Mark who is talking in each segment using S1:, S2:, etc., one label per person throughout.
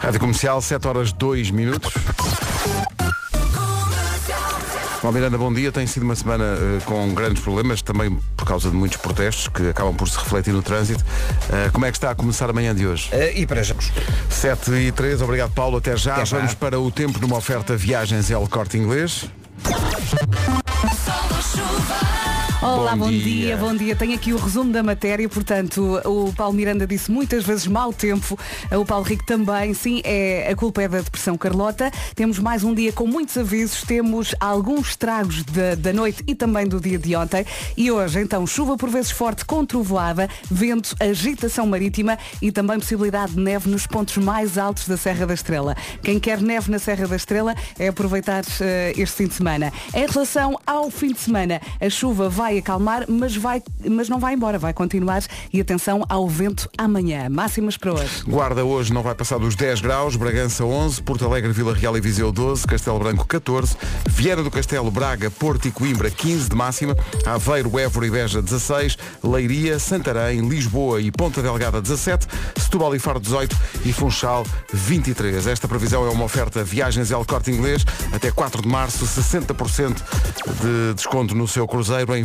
S1: Rádio Comercial, 7 horas 2 minutos. Bom, Miranda, bom dia. Tem sido uma semana eh, com grandes problemas, também por causa de muitos protestos que acabam por se refletir no trânsito. Eh, como é que está a começar a manhã de hoje?
S2: Eh, e para já.
S1: 7 e 3, obrigado Paulo, até já.
S2: Até já.
S1: Vamos para o tempo numa oferta viagens L Corte Inglês.
S3: Olá,
S1: Bom
S3: bom,
S1: dia.
S3: dia. bom dia. Tenho aqui o resumo da matéria, portanto, o Paulo Miranda disse muitas vezes mau tempo, o Paulo Rico também, sim, é, a culpa é da depressão Carlota. Temos mais um dia com muitos avisos, temos alguns estragos da, da noite e também do dia de ontem. E hoje, então, chuva por vezes forte com trovoada, vento, agitação marítima e também possibilidade de neve nos pontos mais altos da Serra da Estrela. Quem quer neve na Serra da Estrela é aproveitar eh, este fim de semana. Em relação ao fim de semana, a chuva vai acalmar, mas, vai, mas não vai embora, vai continuar. E atenção ao vento amanhã. Máximas para hoje.
S1: Guarda hoje não vai passar dos 10 graus, Bragança 11, Porto Alegre, Vila Real e Viseu 12, Castelo Branco 14, Viana do Castelo, Braga, Porto e Coimbra 15 de máxima, Aveiro, Évora e Beja 16, Leiria, Santarém, Lisboa e Ponta Delgada 17, Setúbal e Faro 18 e Funchal 23. Esta previsão é uma oferta Viagens El Corte Inglês até 4 de março, 60% de desconto no seu cruzeiro em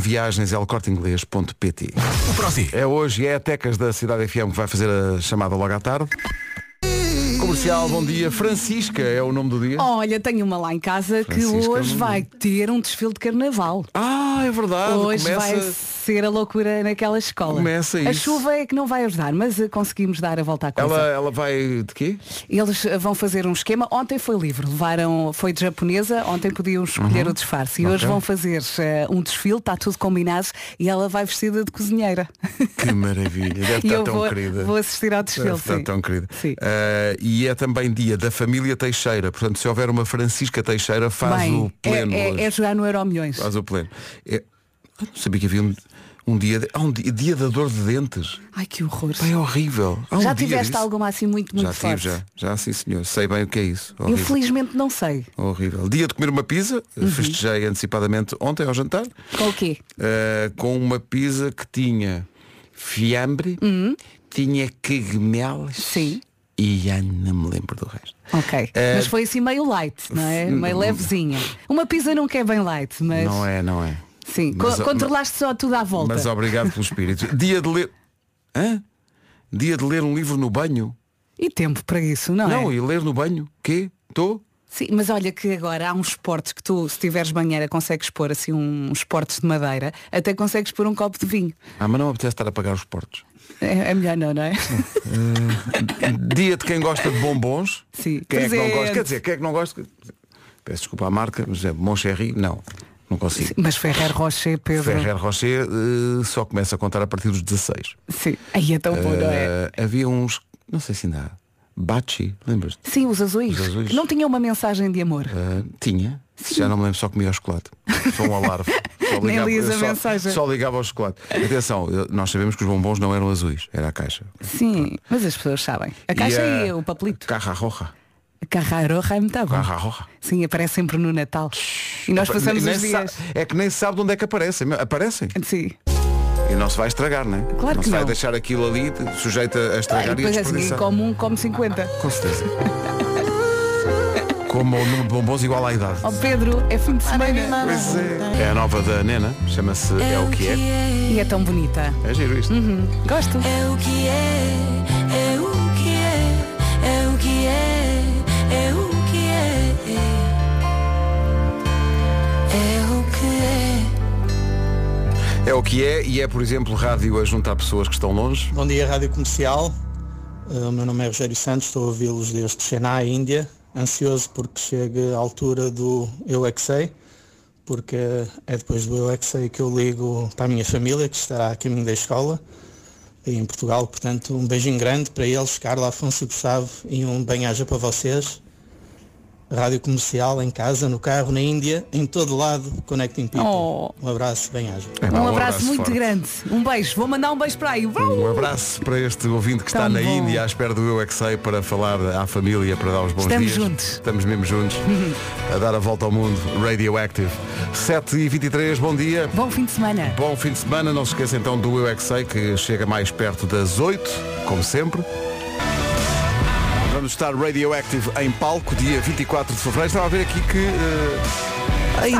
S1: viagenselcorteinglês.pt.
S4: O Prodi.
S1: É hoje, é a Tecas da Cidade FM que vai fazer a chamada logo à tarde. Comercial, bom dia. Francisca é o nome do dia.
S3: Olha, tenho uma lá em casa que
S1: Francisca,
S3: hoje
S1: hum.
S3: vai ter um desfile de carnaval.
S1: Ah, é verdade.
S3: Hoje vai
S1: Começa...
S3: ser a loucura naquela escola.
S1: Começa
S3: A
S1: isso.
S3: chuva é que não vai ajudar, mas eh, conseguimos dar a volta à coisa.
S1: Ela, ela vai de quê?
S3: Eles eh, vão fazer um esquema. Ontem foi livre, levaram, foi de japonesa, ontem podiam escolher o disfarce. E hoje
S1: Uhum. Ok.
S3: vão fazer eh, um desfile, está tudo combinado e ela vai vestida de cozinheira.
S1: Que maravilha. Deve
S3: e
S1: estar
S3: eu
S1: tão
S3: vou,
S1: querida.
S3: vou assistir ao desfile.
S1: Deve estar
S3: sim.
S1: tão querida.
S3: Sim.
S1: Ah, e é também dia da família Teixeira. Portanto, se houver uma Francisca Teixeira, faz
S3: Bem,
S1: o pleno
S3: é, é-
S1: hoje.
S3: é jogar no Euro Milhões.
S1: Faz o pleno. É... Ah, Não sabia que havia um, um dia... de- Há um dia, dia da dor de dentes.
S3: Ai que horror.
S1: Pá, é horrível. Há um
S3: já
S1: dia
S3: tiveste
S1: disso.
S3: alguma assim muito, muito
S1: já
S3: forte?
S1: tive, já. Já sim, senhor. Sei bem o que é isso.
S3: Eu
S1: Horrível.
S3: felizmente não sei.
S1: Horrível. Dia de comer uma pizza,
S3: Uhum.
S1: festejei antecipadamente ontem ao jantar,
S3: Com o quê?
S1: eh, com uma pizza que tinha fiambre, tinha caguemelas
S3: Uhum. Sim.
S1: e já não me lembro do resto.
S3: Ok.
S1: Eh,
S3: Mas foi assim meio light, não é? Meio levezinha. Uma pizza nunca é bem light, mas.
S1: Não é, não é.
S3: Sim,
S1: Mas-
S3: co- controlaste só tudo à volta.
S1: Mas ah, obrigado pelo espírito. Dia de ler. Hã? Dia de ler um livro no banho.
S3: E tempo para isso, não, é?
S1: Não, e ler no banho. Quê? Estou?
S3: Sim, mas olha que agora há uns esportes que tu, se tiveres banheira, consegues pôr assim uns esportes de madeira, até consegues pôr um copo de vinho.
S1: Ah, mas não apetece estar a pagar os portos.
S3: É, é melhor não, não é?
S1: Dia de quem gosta de bombons.
S3: Sim.
S1: Quem é que não
S3: Presente.
S1: gosta? Quer dizer, quem é que não gosta? Peço desculpa à marca, mas é Moncherry, não. Não consigo.
S3: Mas Ferrer Rocher, Pedro.
S1: Ferrer Rocher eh, só começa a contar a partir dos 16.
S3: Sim. Aí é tão bom, não é?
S1: Eh, havia uns, não sei se ainda há, Bachi, lembras-te?
S3: Sim, os azuis.
S1: Os azuis.
S3: Não tinha uma mensagem de amor.
S1: Eh, tinha. Já não me lembro, só comia o chocolate. Sou um alarve. Só
S3: Nem
S1: ligava-
S3: lias a
S1: só-
S3: mensagem.
S1: Só ligava ao chocolate. Atenção, eh, nós sabemos que os bombons não eram azuis, era a caixa.
S3: Sim, mas as pessoas sabem. A caixa e, o papelito.
S1: Carra roja.
S3: Carraroja é muito bom.
S1: Carra roja.
S3: Sim, aparece sempre no Natal. E nós passamos
S1: Nem
S3: os
S1: sa-
S3: dias.
S1: É que nem se sabe de onde é que aparecem. Aparecem.
S3: Sim.
S1: E não se vai estragar, não é?
S3: Claro
S1: não
S3: que
S1: se vai
S3: não.
S1: deixar aquilo ali de- sujeito a estragar
S3: Ah,
S1: e a
S3: depois é assim,
S1: desperdiçar.
S3: como um, como 50.
S1: Com certeza. Como o número de bombons igual à idade.
S3: Ó Pedro, é fim de semana.
S1: Pois é. É a nova da Nena, chama-se É o que é.
S3: E é Uhum. tão bonita.
S1: É giro isto.
S3: Gosto.
S5: É o que é, é o que é, é o que é, é o que é. É o que
S1: É o que é e é, por exemplo, rádio a juntar pessoas que estão longe.
S6: Bom dia, Rádio Comercial. Uh, O meu nome é Rogério Santos, estou a ouvi-los desde Chennai, Índia, ansioso porque chega a altura do Eu é que sei, porque é depois do Eu é que sei que eu ligo para a minha família, que estará a caminho da escola, aí em Portugal. Portanto, um beijinho grande para eles, Carla, Afonso e Gustavo, e um bem-aja para vocês. Rádio Comercial, em casa, no carro, na Índia, em todo lado, Connecting People.
S3: Oh.
S6: Um abraço, bem-aja.
S1: É pá,
S3: Um abraço muito
S1: forte.
S3: grande. Um beijo. Vou mandar um beijo para aí. Vau!
S1: Um abraço para este ouvinte que está
S3: Tão
S1: na
S3: bom.
S1: Índia à espera do Eu É Que Sei para falar à família, para dar os bons
S3: Estamos
S1: dias.
S3: juntos.
S1: Estamos mesmo juntos. a dar a volta ao mundo. Radioactive. 7h23, bom dia.
S3: Bom fim de semana.
S1: Bom fim de semana, não se esqueça então do Eu É Que Sei, que chega mais perto das 8, como sempre. Vamos estar Radioactive em palco, dia 24 de fevereiro. Estava a ver aqui que eh, ainda,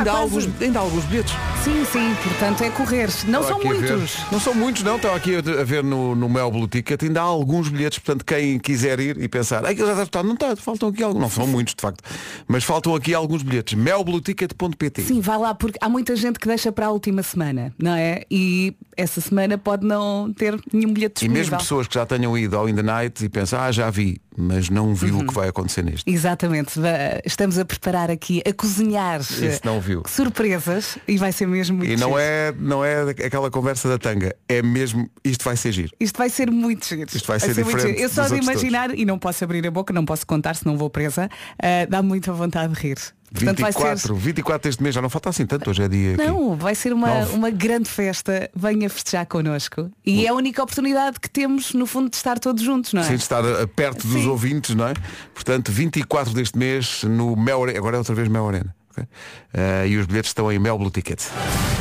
S3: Está
S1: há
S3: quase.
S1: alguns, ainda há alguns bilhetes.
S3: Sim, sim, portanto é correr. Não
S1: Estava
S3: são
S1: aqui a ver.
S3: muitos.
S1: Não são muitos, não. Estava aqui a a ver no, no Mel Blue Ticket. Ainda há alguns bilhetes, portanto, quem quiser ir e pensar, "Ai, que já está esgotado." não está, faltam aqui alguns. Não são muitos, de facto. Mas faltam aqui alguns bilhetes. melblueticket.pt
S3: Sim, vai lá, porque há muita gente que deixa para a última semana, não é? E essa semana pode não ter nenhum bilhete
S1: E
S3: disponível.
S1: mesmo pessoas que já tenham ido ao In the Night e pensam, ah, já vi, mas não vi
S3: Uhum.
S1: o que vai acontecer neste.
S3: Exatamente, va- estamos a preparar aqui, a cozinhar
S1: Esse não viu.
S3: eh, surpresas e vai ser mesmo muito
S1: E não
S3: giro.
S1: é, não é aquela conversa da tanga. É mesmo, isto vai ser giro.
S3: Isto vai ser muito giro.
S1: Isto vai ser
S3: muito
S1: diferente
S3: giro. Eu só
S1: dos
S3: de
S1: outros
S3: imaginar, e não posso abrir a boca, não posso contar, senão vou presa, eh, dá muita vontade de rir. Portanto, vai
S1: 24,
S3: ser.
S1: 24 deste mês, já não falta assim tanto, hoje é dia. aqui.
S3: Não, vai ser uma,
S1: Nove.
S3: uma grande festa. Venha festejar connosco. E é a única oportunidade que temos, no fundo, de estar todos juntos, não é?
S1: Sim, de estar eh, perto dos
S3: Sim.
S1: ouvintes, não é? Portanto, 24 deste mês no Mel Arena. Agora é outra vez Mel Arena. ok? Eh, e os bilhetes estão em Mel Blue Ticket.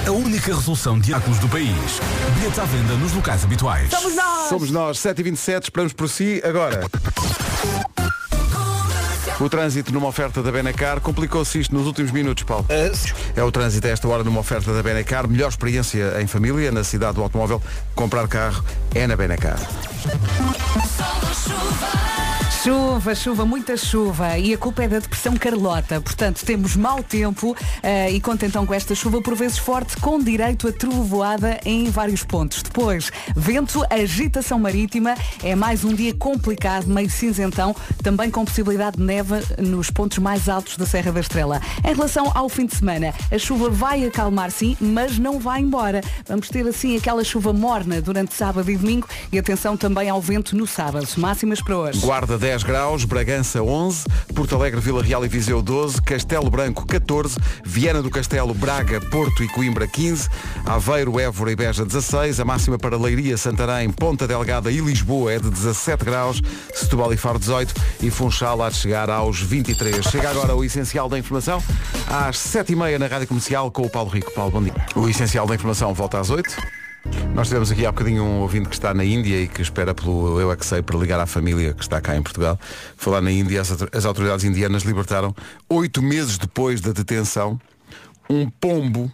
S2: A única resolução de áculos do país. Bilhetes à venda nos locais habituais.
S3: Somos nós!
S1: Somos nós, 7h27, esperamos por si agora. O trânsito numa oferta da Benacar complicou-se isto nos últimos minutos, Paulo. É o trânsito a esta hora numa oferta da Benacar. Melhor experiência em família, na cidade do automóvel. Comprar carro é na Benacar.
S3: Chuva, chuva, muita chuva e a culpa é da depressão Carlota. Portanto, temos mau tempo eh, e conta então com esta chuva por vezes forte com direito a trovoada em vários pontos. Depois, vento, agitação marítima, é mais um dia complicado, meio cinzentão, também com possibilidade de neve nos pontos mais altos da Serra da Estrela. Em relação ao fim de semana, a chuva vai acalmar sim, mas não vai embora. Vamos ter assim aquela chuva morna durante sábado e domingo e atenção também ao vento no sábado. Máximas para hoje.
S1: Guarda 10 graus, Bragança 11, Porto Alegre, Vila Real e Viseu 12, Castelo Branco 14, Viana do Castelo, Braga, Porto e Coimbra 15, Aveiro, Évora e Beja 16, a máxima para Leiria, Santarém, Ponta Delgada e Lisboa é de 17 graus, Setúbal e Faro 18 e Funchal há de chegar aos 23. Chega agora o Essencial da Informação às 7h30 na Rádio Comercial com o Paulo Rico. Paulo, bom dia. O Essencial da Informação volta às 8 nós tivemos aqui há bocadinho um ouvinte que está na Índia e que espera pelo Eu É Que Sei para ligar à família que está cá em Portugal. Falar na Índia, as autor- as autoridades indianas libertaram, oito meses depois da detenção, um pombo.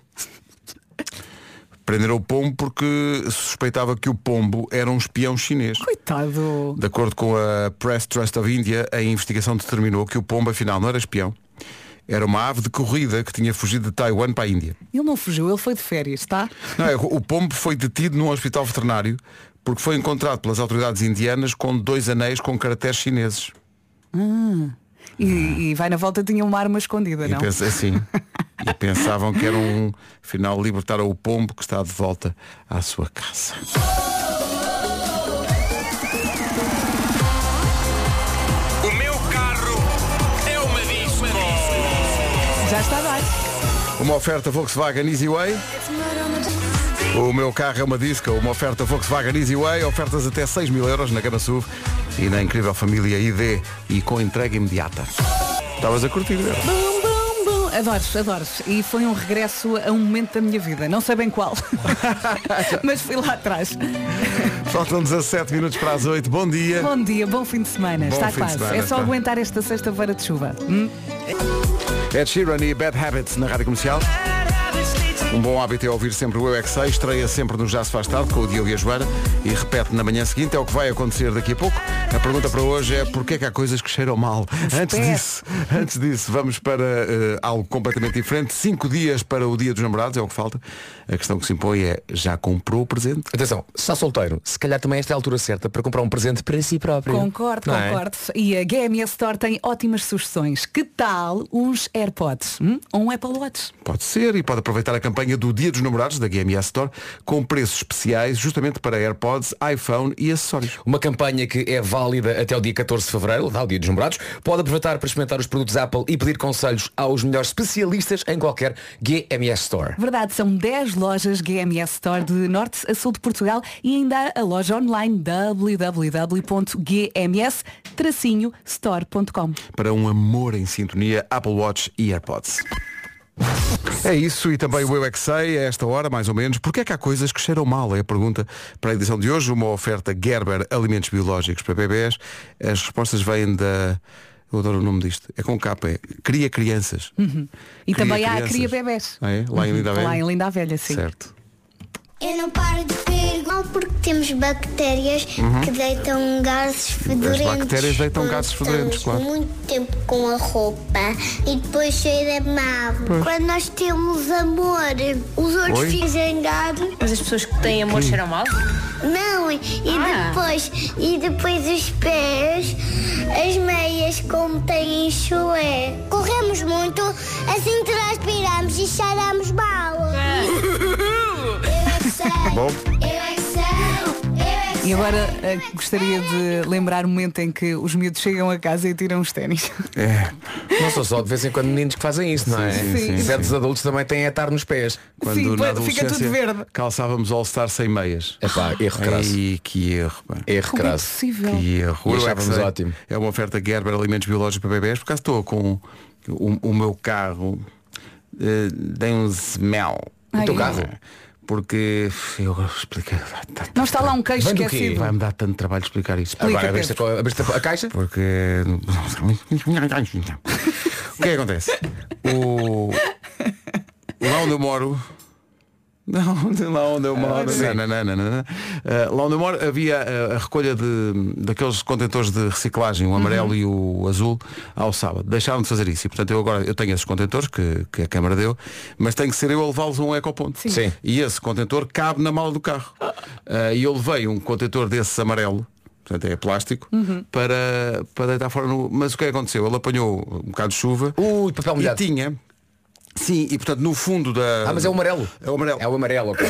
S1: Prenderam o pombo porque suspeitava que o pombo era um espião chinês.
S3: Coitado.
S1: De acordo com a Press Trust of India, a investigação determinou que o pombo afinal não era espião. Era uma ave de corrida que tinha fugido de Taiwan para a Índia.
S3: Ele não fugiu, ele foi de férias, tá?
S1: Não, é, o pombo foi detido num hospital veterinário porque foi encontrado pelas autoridades indianas com dois anéis com caracteres chineses.
S3: E, e vai na volta tinha uma arma escondida,
S1: E
S3: não?
S1: pensa assim. e pensavam que era um final libertar o pombo que está de volta à sua casa.
S4: O meu carro é uma disco.
S3: Já está bem.
S1: Uma oferta Volkswagen Easyway. O meu carro é uma disco, uma oferta Volkswagen Easyway, ofertas até 6 mil euros na Gama SUV e na incrível família ID e com entrega imediata. Estavas a curtir, não?
S3: Bum, bum, bum. Adores, adores. E foi um regresso a um momento da minha vida. Não sei bem qual. Mas fui lá atrás.
S1: Faltam 17 minutos para as 8. Bom dia.
S3: Bom dia, bom fim de semana.
S1: Bom
S3: está
S1: fim de
S3: quase.
S1: semana,
S3: é só
S1: está.
S3: aguentar esta sexta-feira de chuva. Hum?
S1: Ed Sheeran e Bad Habits na Rádio Comercial. Um bom hábito é ouvir sempre o Eu é Que Sei, estreia sempre no Já Se Faz Tarde com o Diogo e a Joana e repete na manhã seguinte, é o que vai acontecer daqui a pouco. A pergunta para hoje é porquê é que há coisas que cheiram mal? Antes
S3: pés.
S1: disso, antes disso, vamos para eh, algo completamente diferente. Cinco dias para o Dia dos Namorados, é o que falta. A questão que se impõe é, já comprou o presente?
S7: Atenção, se está solteiro, se calhar também esta é a altura certa para comprar um presente para si próprio.
S3: Concordo,
S7: Não é?
S3: concordo. E a GMS Store tem ótimas sugestões. Que tal uns AirPods? Hum? Ou um Apple Watch?
S1: Pode ser e pode aproveitar a campanha do Dia dos Namorados da GMS Store com preços especiais justamente para AirPods, iPhone e acessórios.
S7: Uma campanha que é válida até o dia 14 de Fevereiro, lá o dia dos namorados, pode aproveitar para experimentar os produtos Apple e pedir conselhos aos melhores especialistas em qualquer GMS Store.
S3: Verdade, são 10 lojas GMS Store de norte a sul de Portugal e ainda há a loja online www.gms-store.com.
S1: para um amor em sintonia Apple Watch e AirPods. É isso, e também o Eu É Que Sei, a esta hora, mais ou menos. Porquê é que há coisas que cheiram mal? É a pergunta para a edição de hoje. Uma oferta Gerber Alimentos Biológicos para bebés. As respostas vêm da... Eu adoro o nome disto. É com capa, é Cria Crianças.
S3: Uhum. E
S1: Cria
S3: também há a
S1: crianças.
S3: cria bebés. Uhum.
S1: Ah, é? Lá em Linda Velha?
S3: Lá em Linda Velha, sim.
S1: Certo.
S8: Eu não paro de perguntar porque temos bactérias que deitam gases fedorentos.
S1: Uhum. bactérias deitam gases fedorentos,
S8: Estamos
S1: claro.
S8: muito tempo com a roupa e depois cheira mal. Quando nós temos amor, os outros
S1: Oi?
S8: ficam zangados.
S9: Mas as pessoas que
S7: É
S9: têm amor cheiram mal?
S8: Não, e e
S9: Ah.
S8: depois e depois os pés, as meias como têm chulé. Corremos muito, assim transpiramos e cheiramos mal. Eu é que sei.
S1: Tá Bom.
S8: Eu é que sei. Eu é que
S3: E agora
S8: sei, eu
S3: eh,
S8: é que
S3: gostaria
S8: sei.
S3: de lembrar o momento em que os miúdos chegam a casa e tiram os ténis.
S1: É,
S7: Não sou só de vez em quando meninos que fazem isso, não é?
S3: Sim, sim,
S7: E
S3: sim.
S7: certos adultos também têm a estar nos pés.
S1: quando
S3: Sim,
S1: na
S3: pô, fica tudo
S1: adolescência
S3: verde.
S1: calçávamos All-Star sem meias.
S10: É,
S7: Epá, erro crasso.
S1: Ai, que erro, pá.
S7: Erro
S3: Como é
S7: crasso.
S3: possível?
S1: E a
S7: E
S1: rua
S7: achávamos
S1: Website
S7: ótimo.
S1: É uma oferta Gerber Alimentos Biológicos para bebés. Por acaso estou com o, o meu carro. eh, tem um smell.
S3: Ai. é. O teu
S7: carro?
S1: Porque eu expliquei.
S3: Não está lá um queijo
S7: Vem do quê?
S3: esquecido.
S1: Vai me dar tanto trabalho explicar isto.
S3: Explica,
S7: Agora abriste a, co- abriste a- a caixa?
S1: Porque. o que é que acontece? O... Lá onde eu moro. Não, lá onde eu moro.
S7: sim.
S1: Não, não, não, não, não. Ah, lá onde eu moro havia ah, a, recolha de, daqueles contentores de reciclagem, o amarelo e o azul, ao sábado. Deixaram de fazer isso. E portanto eu agora eu tenho esses contentores que, que a Câmara deu, mas tem que ser eu a levá-los a um ecoponto.
S7: Sim.
S1: E esse contentor cabe na mala do carro. Ah, e eu levei um contentor desses amarelo, portanto é plástico, para, para deitar fora no. Mas o que é que aconteceu? Ele apanhou um bocado de chuva
S7: Ui, papel
S1: e
S7: molhado.
S1: tinha. Sim, e portanto no fundo da.
S7: Ah, mas é o amarelo.
S1: É o amarelo.
S7: É o amarelo, ok.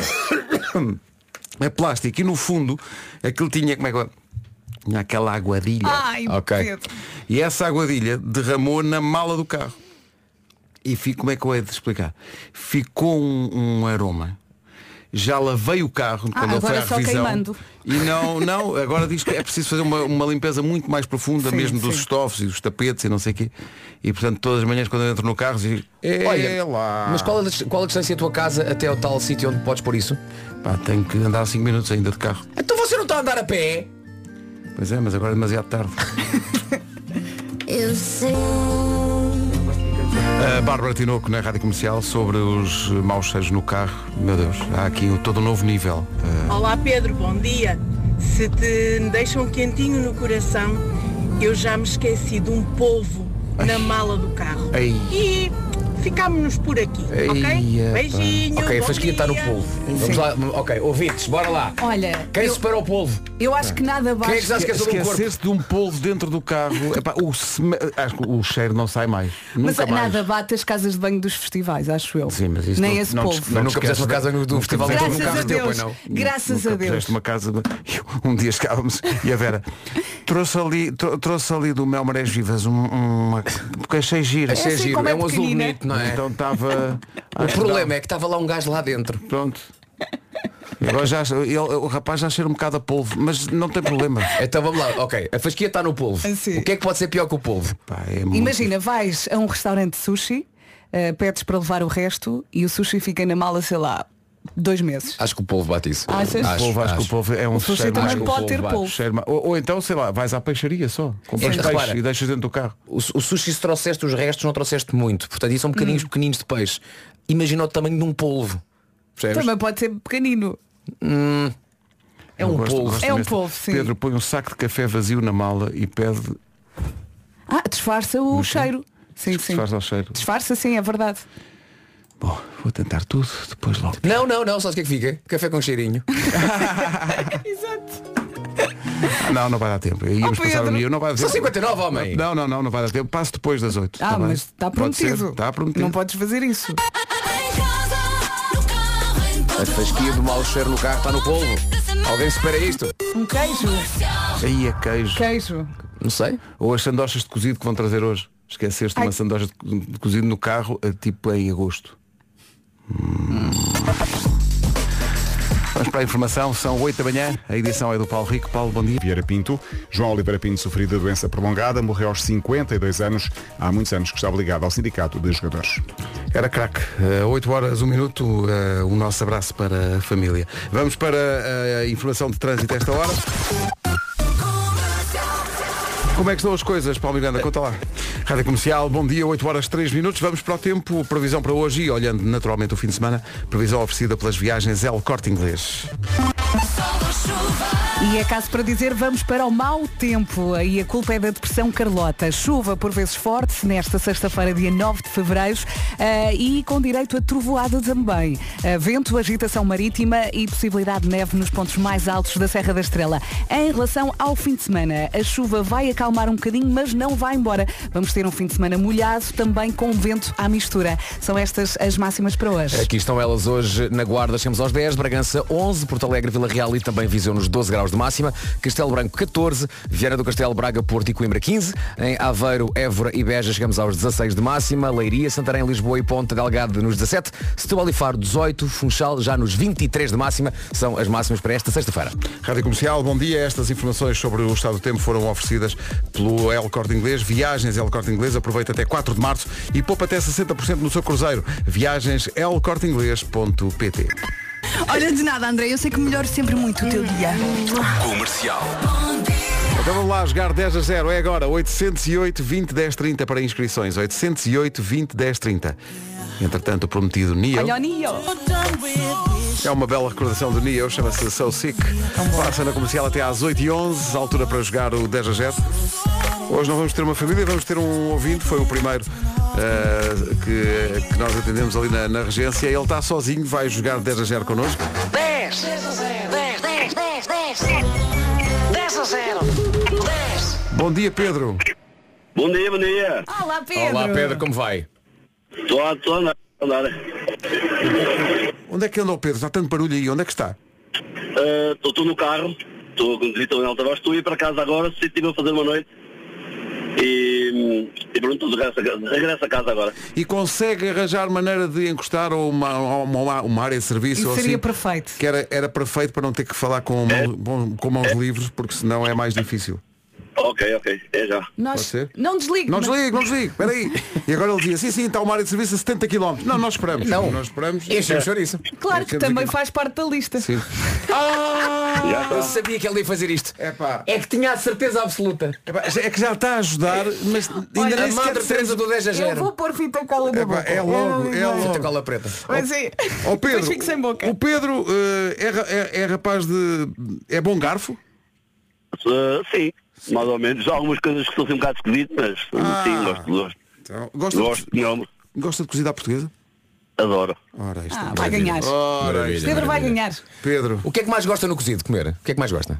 S1: É plástico e no fundo aquilo tinha, como é que eu... Tinha aquela aguadilha.
S3: Ai,
S7: Ok.
S3: Pedro.
S1: E essa aguadilha derramou na mala do carro. E fico, como é que eu hei de explicar? Ficou um, um aroma. Já lavei o carro
S3: Ah,
S1: quando ele foi
S3: agora
S1: à
S3: só
S1: revisão.
S3: queimando.
S1: E não, não, agora diz que é preciso fazer uma, uma limpeza muito mais profunda,
S3: Sim,
S1: mesmo dos
S3: sim.
S1: estofos e dos tapetes e não sei o quê. E portanto todas as manhãs quando eu entro no carro digo,
S7: Olha,
S1: "É lá.
S7: mas qual a, dis- qual a distância da tua casa até ao tal sítio onde podes pôr isso?
S1: Pá, tenho que andar 5 minutos ainda de carro.
S7: Então você não está a andar a pé?
S1: Pois é, mas agora é demasiado tarde.
S8: Eu sei.
S1: A Bárbara Tinoco na Rádio Comercial sobre os maus cheiros no carro. Meu Deus, há aqui um todo um novo nível.
S11: Olá Pedro, bom dia. Se te deixa um quentinho no coração, eu já me esqueci de um polvo na mala do carro.
S1: Ei.
S11: E ficámonos por aqui,
S1: Ei,
S11: ok?
S1: epá.
S11: Beijinho.
S7: Ok, a
S11: bom
S7: fasquia está no
S11: dia.
S7: polvo. Vamos lá, ok, ouvintes, bora lá.
S3: Olha,
S7: Quem
S3: eu-
S7: se para o polvo?
S3: Eu acho que
S7: Quem
S3: nada
S7: é que
S3: basta.
S7: já se esqueceu do corpo?
S1: Esquecer-se de um polvo dentro do carro. Epá, o seme- Acho que o cheiro não sai mais.
S3: Mas
S1: Nunca mais.
S3: nada bate as casas de banho dos festivais, acho eu.
S1: Sim, mas isso
S3: Nem
S1: não-
S3: esse
S1: não te-
S3: povo.
S1: não
S7: Mas
S1: te
S7: nunca
S1: esqueces
S7: puseste uma casa no- do
S1: nunca
S7: festival
S1: puseste
S3: dentro do
S1: uma
S3: carro
S1: casa
S3: teu,
S1: pois
S3: pois
S1: não.
S3: Graças
S1: Nunca
S3: a Deus.
S1: puseste uma casa de- Um dia chegávamos e a Vera trouxe ali, tro- trouxe ali do Mel Marés Vivas um, uma. Porque achei giro.
S7: Achei
S3: assim
S7: giro,
S3: como é
S7: é um azul
S3: pequenina.
S7: bonito, não é?
S1: Então estava.
S7: O problema é que estava lá um gajo lá dentro.
S3: é-
S1: Pronto. Agora já, ele- o rapaz já cheira um bocado a polvo, mas não tem problema.
S7: Então vamos lá, ok, a fasquia está no polvo.
S3: Ah, Sim.
S7: O que é que pode ser pior que o polvo?
S1: Pá, é muito-
S3: Imagina, vais a um restaurante de sushi, eh, pedes para levar o resto e o sushi fica na mala, sei lá, dois meses.
S7: Acho que o polvo bate isso.
S3: Achas?
S1: O polvo, acho, que Ah, o polvo é um
S3: O sushi
S1: cheiro mais.
S3: também
S7: o
S3: pode
S7: polvo
S3: ter
S7: bate.
S3: polvo.
S1: cheiro mais- Ou, ou então, sei lá, vais à peixaria só. Compras
S7: É que,
S1: peixe
S7: repara-
S1: e deixas dentro do carro.
S7: O, o sushi se trouxeste os restos, não trouxeste muito. Portanto, isso são
S3: Hum.
S7: bocadinhos pequeninos de peixe. Imagina o tamanho de um polvo. Percebes?
S3: Também pode ser pequenino.
S7: É um
S1: Gosto-
S7: polvo.
S1: gosto
S3: É um
S1: mesmo.
S3: polvo, sim.
S1: Pedro põe um saco de café vazio na mala e pede
S3: Ah, disfarça o cheiro. Sim, sim.
S1: faz ao cheiro.
S3: Disfarça, sim, é verdade.
S1: Bom, vou tentar tudo, depois logo.
S7: Não, não, não, sabes o que é que fica? Café com cheirinho.
S3: Exato.
S1: Não, não vai dar tempo. Íamos
S3: Oh,
S1: passar o
S3: Pedro.
S1: meu, não vai dar
S7: São
S1: tempo.
S7: 59, homem.
S1: Não, não, não, não vai dar tempo. Passo depois das tá 8.
S3: Ah, mas está prometido.
S1: Está tá prometido.
S3: Não podes fazer isso.
S5: Em casa, no carro, em todo
S7: A fasquia do mau cheiro no carro está no polvo. Alguém espera isto?
S3: Um queijo.
S1: Aí é queijo.
S3: Queijo.
S7: Não sei.
S1: Ou as sandochas de cozido que vão trazer hoje. Esqueceste
S3: Ai.
S1: uma sandocha de co- de cozido no carro, eh, tipo em agosto. Hum. Vamos para a informação, são 8 da manhã, a edição é do Paulo Rico. Paulo, bom dia.
S12: Vieira Pinto, João Oliveira Pinto sofreu de doença prolongada, morreu aos 52 anos, há muitos anos que estava ligado ao Sindicato de Jogadores.
S1: Era craque. Eh, 8 horas, 1 minuto, eh, o nosso abraço para a família. Vamos para eh, a informação de trânsito a esta hora. Como é que estão as coisas, Paulo Miranda? Conta lá. Rádio Comercial, bom dia, 8 horas 3 minutos. Vamos para o tempo, previsão para hoje e olhando naturalmente o fim de semana, previsão oferecida pelas viagens El Corte Inglês.
S3: E é caso para dizer, vamos para o mau tempo. E a culpa é da depressão Carlota. Chuva por vezes forte nesta sexta-feira, dia 9 de fevereiro, eh, e com direito a trovoada também. Eh, vento, agitação marítima e possibilidade de neve nos pontos mais altos da Serra da Estrela. Em relação ao fim de semana, a chuva vai acalmar um bocadinho, mas não vai embora. Vamos ter um fim de semana molhado, também com vento à mistura. São estas as máximas para hoje.
S7: Aqui estão elas hoje na Guarda, chegamos aos 10, Bragança 11, Porto Alegre, Vila Real e também Viseu nos 12 graus de máxima, Castelo Branco 14, Viana do Castelo, Braga, Porto e Coimbra 15, em Aveiro, Évora e Beja chegamos aos 16 de máxima, Leiria, Santarém, Lisboa e Ponta Delgado nos 17, Setúbal e Faro 18, Funchal já nos 23 de máxima, são as máximas para esta sexta-feira.
S1: Rádio Comercial, bom dia. Estas informações sobre o estado do tempo foram oferecidas pelo El Corte Inglês. Viagens El Corte Inglês, aproveita até 4 de março e poupa até 60% no seu cruzeiro. Viagens elcorteinglês.pt
S13: Olha, de nada, André, eu sei que melhoro sempre muito o teu dia.
S4: Comercial.
S1: Então vamos lá jogar 10 a 0. É agora 808 20 10 30 para inscrições. 808 20 10 30. Entretanto, o prometido Nio.
S3: Olha o Nio.
S1: É uma bela recordação do Neo, chama-se So Sick. Passa na comercial até às 8h11, altura para jogar o 10 a 0. Hoje não vamos ter uma família, vamos ter um ouvinte, foi o primeiro eh, que, que nós atendemos ali na, na regência. Ele está sozinho, vai jogar 10 a 0 connosco.
S4: 10. 10, 10, 10, 10. 10 a 0. 10.
S1: Bom dia, Pedro.
S14: Bom dia, bom dia.
S3: Olá,
S7: Olá Pedro, como vai?
S14: Estou a estou a andar. a andar.
S1: Onde é que anda o Pedro? Está tanto barulho aí, onde é que está?
S14: Ah, Estou estou no carro, estou a conduzir, estou em alta voz, estou a ir para casa agora, se estive a fazer uma noite. E, e pronto, estou de regresso a casa- regresso a casa agora.
S1: E consegue arranjar maneira de encostar ou uma, ou uma, uma área de serviço?
S3: Isso
S1: ou
S3: seria
S1: assim,
S3: perfeito.
S1: Que era, era perfeito para não ter que falar com,
S7: É.
S1: mão- bom- com mãos livres, porque senão é mais difícil.
S14: Ok, ok, é já.
S1: Pode ser?
S3: Não desligue.
S1: Não desligo, não desligo, espera aí. E agora ele dizia, sim, sim, está uma área de serviço a 70 km. Não, nós esperamos. Não, nós esperamos.
S7: Este é o chouriço.
S3: Claro que
S1: Temos
S3: também
S1: aqui-
S3: faz parte da lista.
S1: Sim.
S7: Ah, eu sabia que ele ia fazer isto. É que tinha a certeza absoluta.
S1: É que já está a ajudar, mas
S7: Olha,
S1: ainda
S7: a
S1: nem
S7: Madre
S1: sequer percebes-
S7: Teresa do 10 a 0.
S3: Eu vou pôr fita cola na
S1: Epá,
S3: boca.
S1: é logo, é
S3: Eu-
S1: logo.
S7: Muita cola preta.
S3: Mas é.
S1: Ó Oh, Pedro,
S3: Depois fico sem boca.
S1: o Pedro eh, é, ra- é- é rapaz de... é bom garfo?
S14: Ah, sim, mais ou menos. Há algumas coisas que são assim um bocado esquisitas, mas
S9: Ah.
S14: sim, gosto, gosto.
S1: Então, gosta,
S14: gosto
S1: de,
S14: de nome,
S1: gosta de cozida à portuguesa?
S14: adoro.
S1: Ora, isto
S3: Ah,
S1: é
S3: vai
S1: maravilha.
S3: ganhar.
S1: Ora, isto é
S3: Pedro vai
S1: maravilha.
S3: ganhar.
S1: Pedro,
S7: O que é que mais gosta no cozido comer? O que é que mais gosta?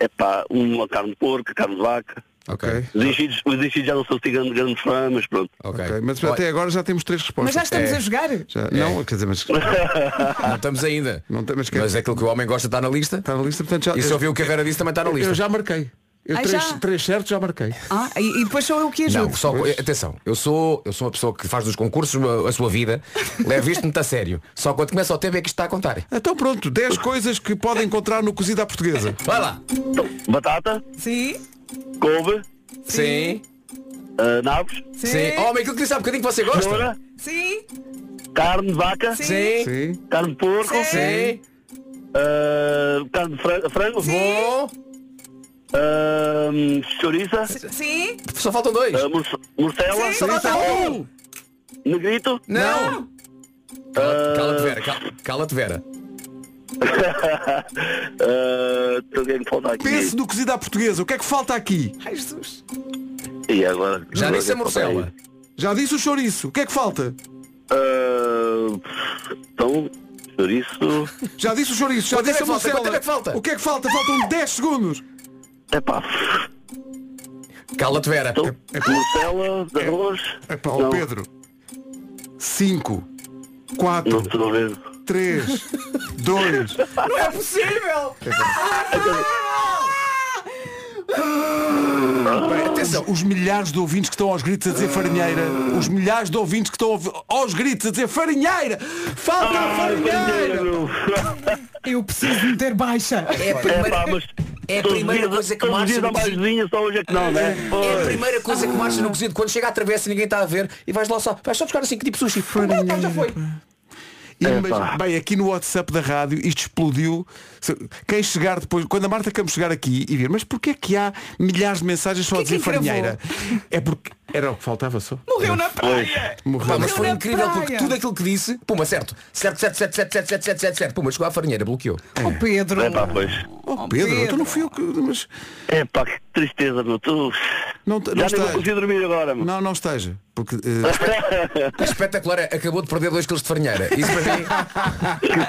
S14: É pá, uma carne de porco, carne de vaca.
S1: ok.
S14: Os enchidos, os enchidos já não sou assim grande, grande fã, mas pronto.
S7: Ok.
S1: ok. Mas
S7: Olha, É.
S1: até agora já temos três
S3: Mas
S1: respostas.
S3: já estamos a jogar?
S1: Já- Não, quer dizer, mas
S7: Não estamos ainda.
S1: não temos que
S7: Mas é
S1: está
S7: aquilo que o homem gosta está na lista.
S1: na lista, portanto já.
S7: E se ouviu o que a Vera disse também está na
S1: Eu
S7: lista.
S1: já marquei. Eu
S3: Ah,
S1: três,
S3: já?
S1: três certos já marquei.
S3: Ah, e, e depois sou eu que ajudo.
S7: Não, só, atenção, eu sou, eu sou uma pessoa que faz dos concursos a, a sua vida, leva isto muito a sério. Só quando começa o tempo é que isto está a contar.
S1: Então pronto, 10 coisas que podem encontrar no cozido à portuguesa.
S7: Vai lá!
S14: Então, batata,
S3: Sim,
S14: couve,
S7: Sim,
S14: ah, nabos,
S7: sim. Oh, Homem, aquilo que disse há bocadinho que você gosta.
S14: cenoura,
S3: sim,
S14: carne de vaca,
S7: Sim.
S1: Sim.
S14: carne de porco,
S7: Sim.
S14: ah, carne de fra- frango,
S7: Bom.
S14: ah, chouriça,
S3: sim.
S7: Só faltam dois.
S14: ah, morce- morcela,
S7: Só falta um.
S14: negrito,
S7: Não. Cala- Cala-te, Vera. cala- Cala-te, Vera.
S14: ah, então o que é que falta aqui?
S1: Pense no cozido à portuguesa. O que é que falta aqui?
S3: Ai, Jesus.
S14: E agora?
S7: Já
S14: agora
S7: disse a
S14: o que é que falta aí?
S7: morcela.
S1: Já disse o chouriço. O que é que falta?
S14: Ah, então, chouriço,
S1: Já disse o chouriço. Já
S7: Quanto tempo
S1: disse
S7: é que falta?
S1: a morcela.
S7: Quanto tempo é que falta?
S1: O que é que falta? Faltam 10 segundos.
S14: é pá,
S7: Cala-te, Vera.
S14: então,
S1: É,
S14: morcela, de arroz,
S1: Epá,
S14: Não.
S1: ó é Pedro. 5, 4,
S14: não estou a ver.
S1: 3, 2.
S3: Não é possível!
S1: Bem, atenção, os milhares de ouvintes que estão aos gritos a dizer farinheira, os milhares de ouvintes que estão a ouvi- aos gritos a dizer farinheira, falta
S15: Ah,
S1: a farinheira.
S3: Eu preciso meter baixa.
S7: É a primeira, é a
S14: todos
S7: primeira
S14: dias-
S7: coisa que
S14: todos
S7: marcha
S14: dias
S7: no
S14: há mais
S7: cozido.
S14: vinho, só hoje é que não, né?
S7: É
S14: Pois.
S7: a primeira coisa que marcha no cozido. Quando chega à travessa ninguém está a ver e vais lá só. Vais só buscar assim que tipo sushi. Ah, tá, já foi.
S1: E,
S7: Epá.
S1: mas, bem, aqui no WhatsApp da rádio isto explodiu. Se- Quem chegar depois, quando a Marta Campos chegar aqui e ver, mas porquê é que há milhares de mensagens só a
S14: Porquê
S1: dizer
S14: que quem
S1: farinheira? É porque era o que faltava só.
S14: Morreu na praia.
S1: Morreu
S7: Pá,
S1: na
S7: mas foi
S1: praia.
S7: incrível porque tudo aquilo que disse, puma, certo. Certo, certo, certo, certo, certo, certo, certo, certo, certo. Puma, chegou à farinheira, bloqueou.
S3: Oh Pedro.
S7: É pá,
S14: pois.
S1: Oh Pedro, então não fui eu que. Mas...
S14: É pá, que tristeza, meu. Tu...
S1: Não,
S14: Já
S1: não
S14: nem
S1: está-
S14: vou conseguir dormir agora, meu.
S1: Não, não esteja. Porque eh,
S7: Espetacular, é, acabou de perder 2 kg de farinheira. Isso para mim.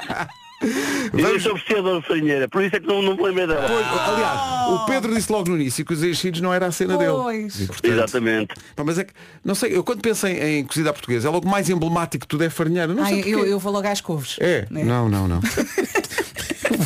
S14: Eu sou apreciador de farinheira, por isso é que não, não me lembrei dela.
S1: aliás, o Pedro disse logo no início que os enchidos não era a cena
S14: Pois.
S1: dele. E, portanto,
S14: Exatamente.
S1: pá, mas é que, não sei, eu quando pensei em cozida à portuguesa, é logo mais emblemático que tudo é farinheira. Não sei
S3: Ai,
S1: porquê.
S3: eu, eu vou logo às couves.
S1: É. Não, não, não.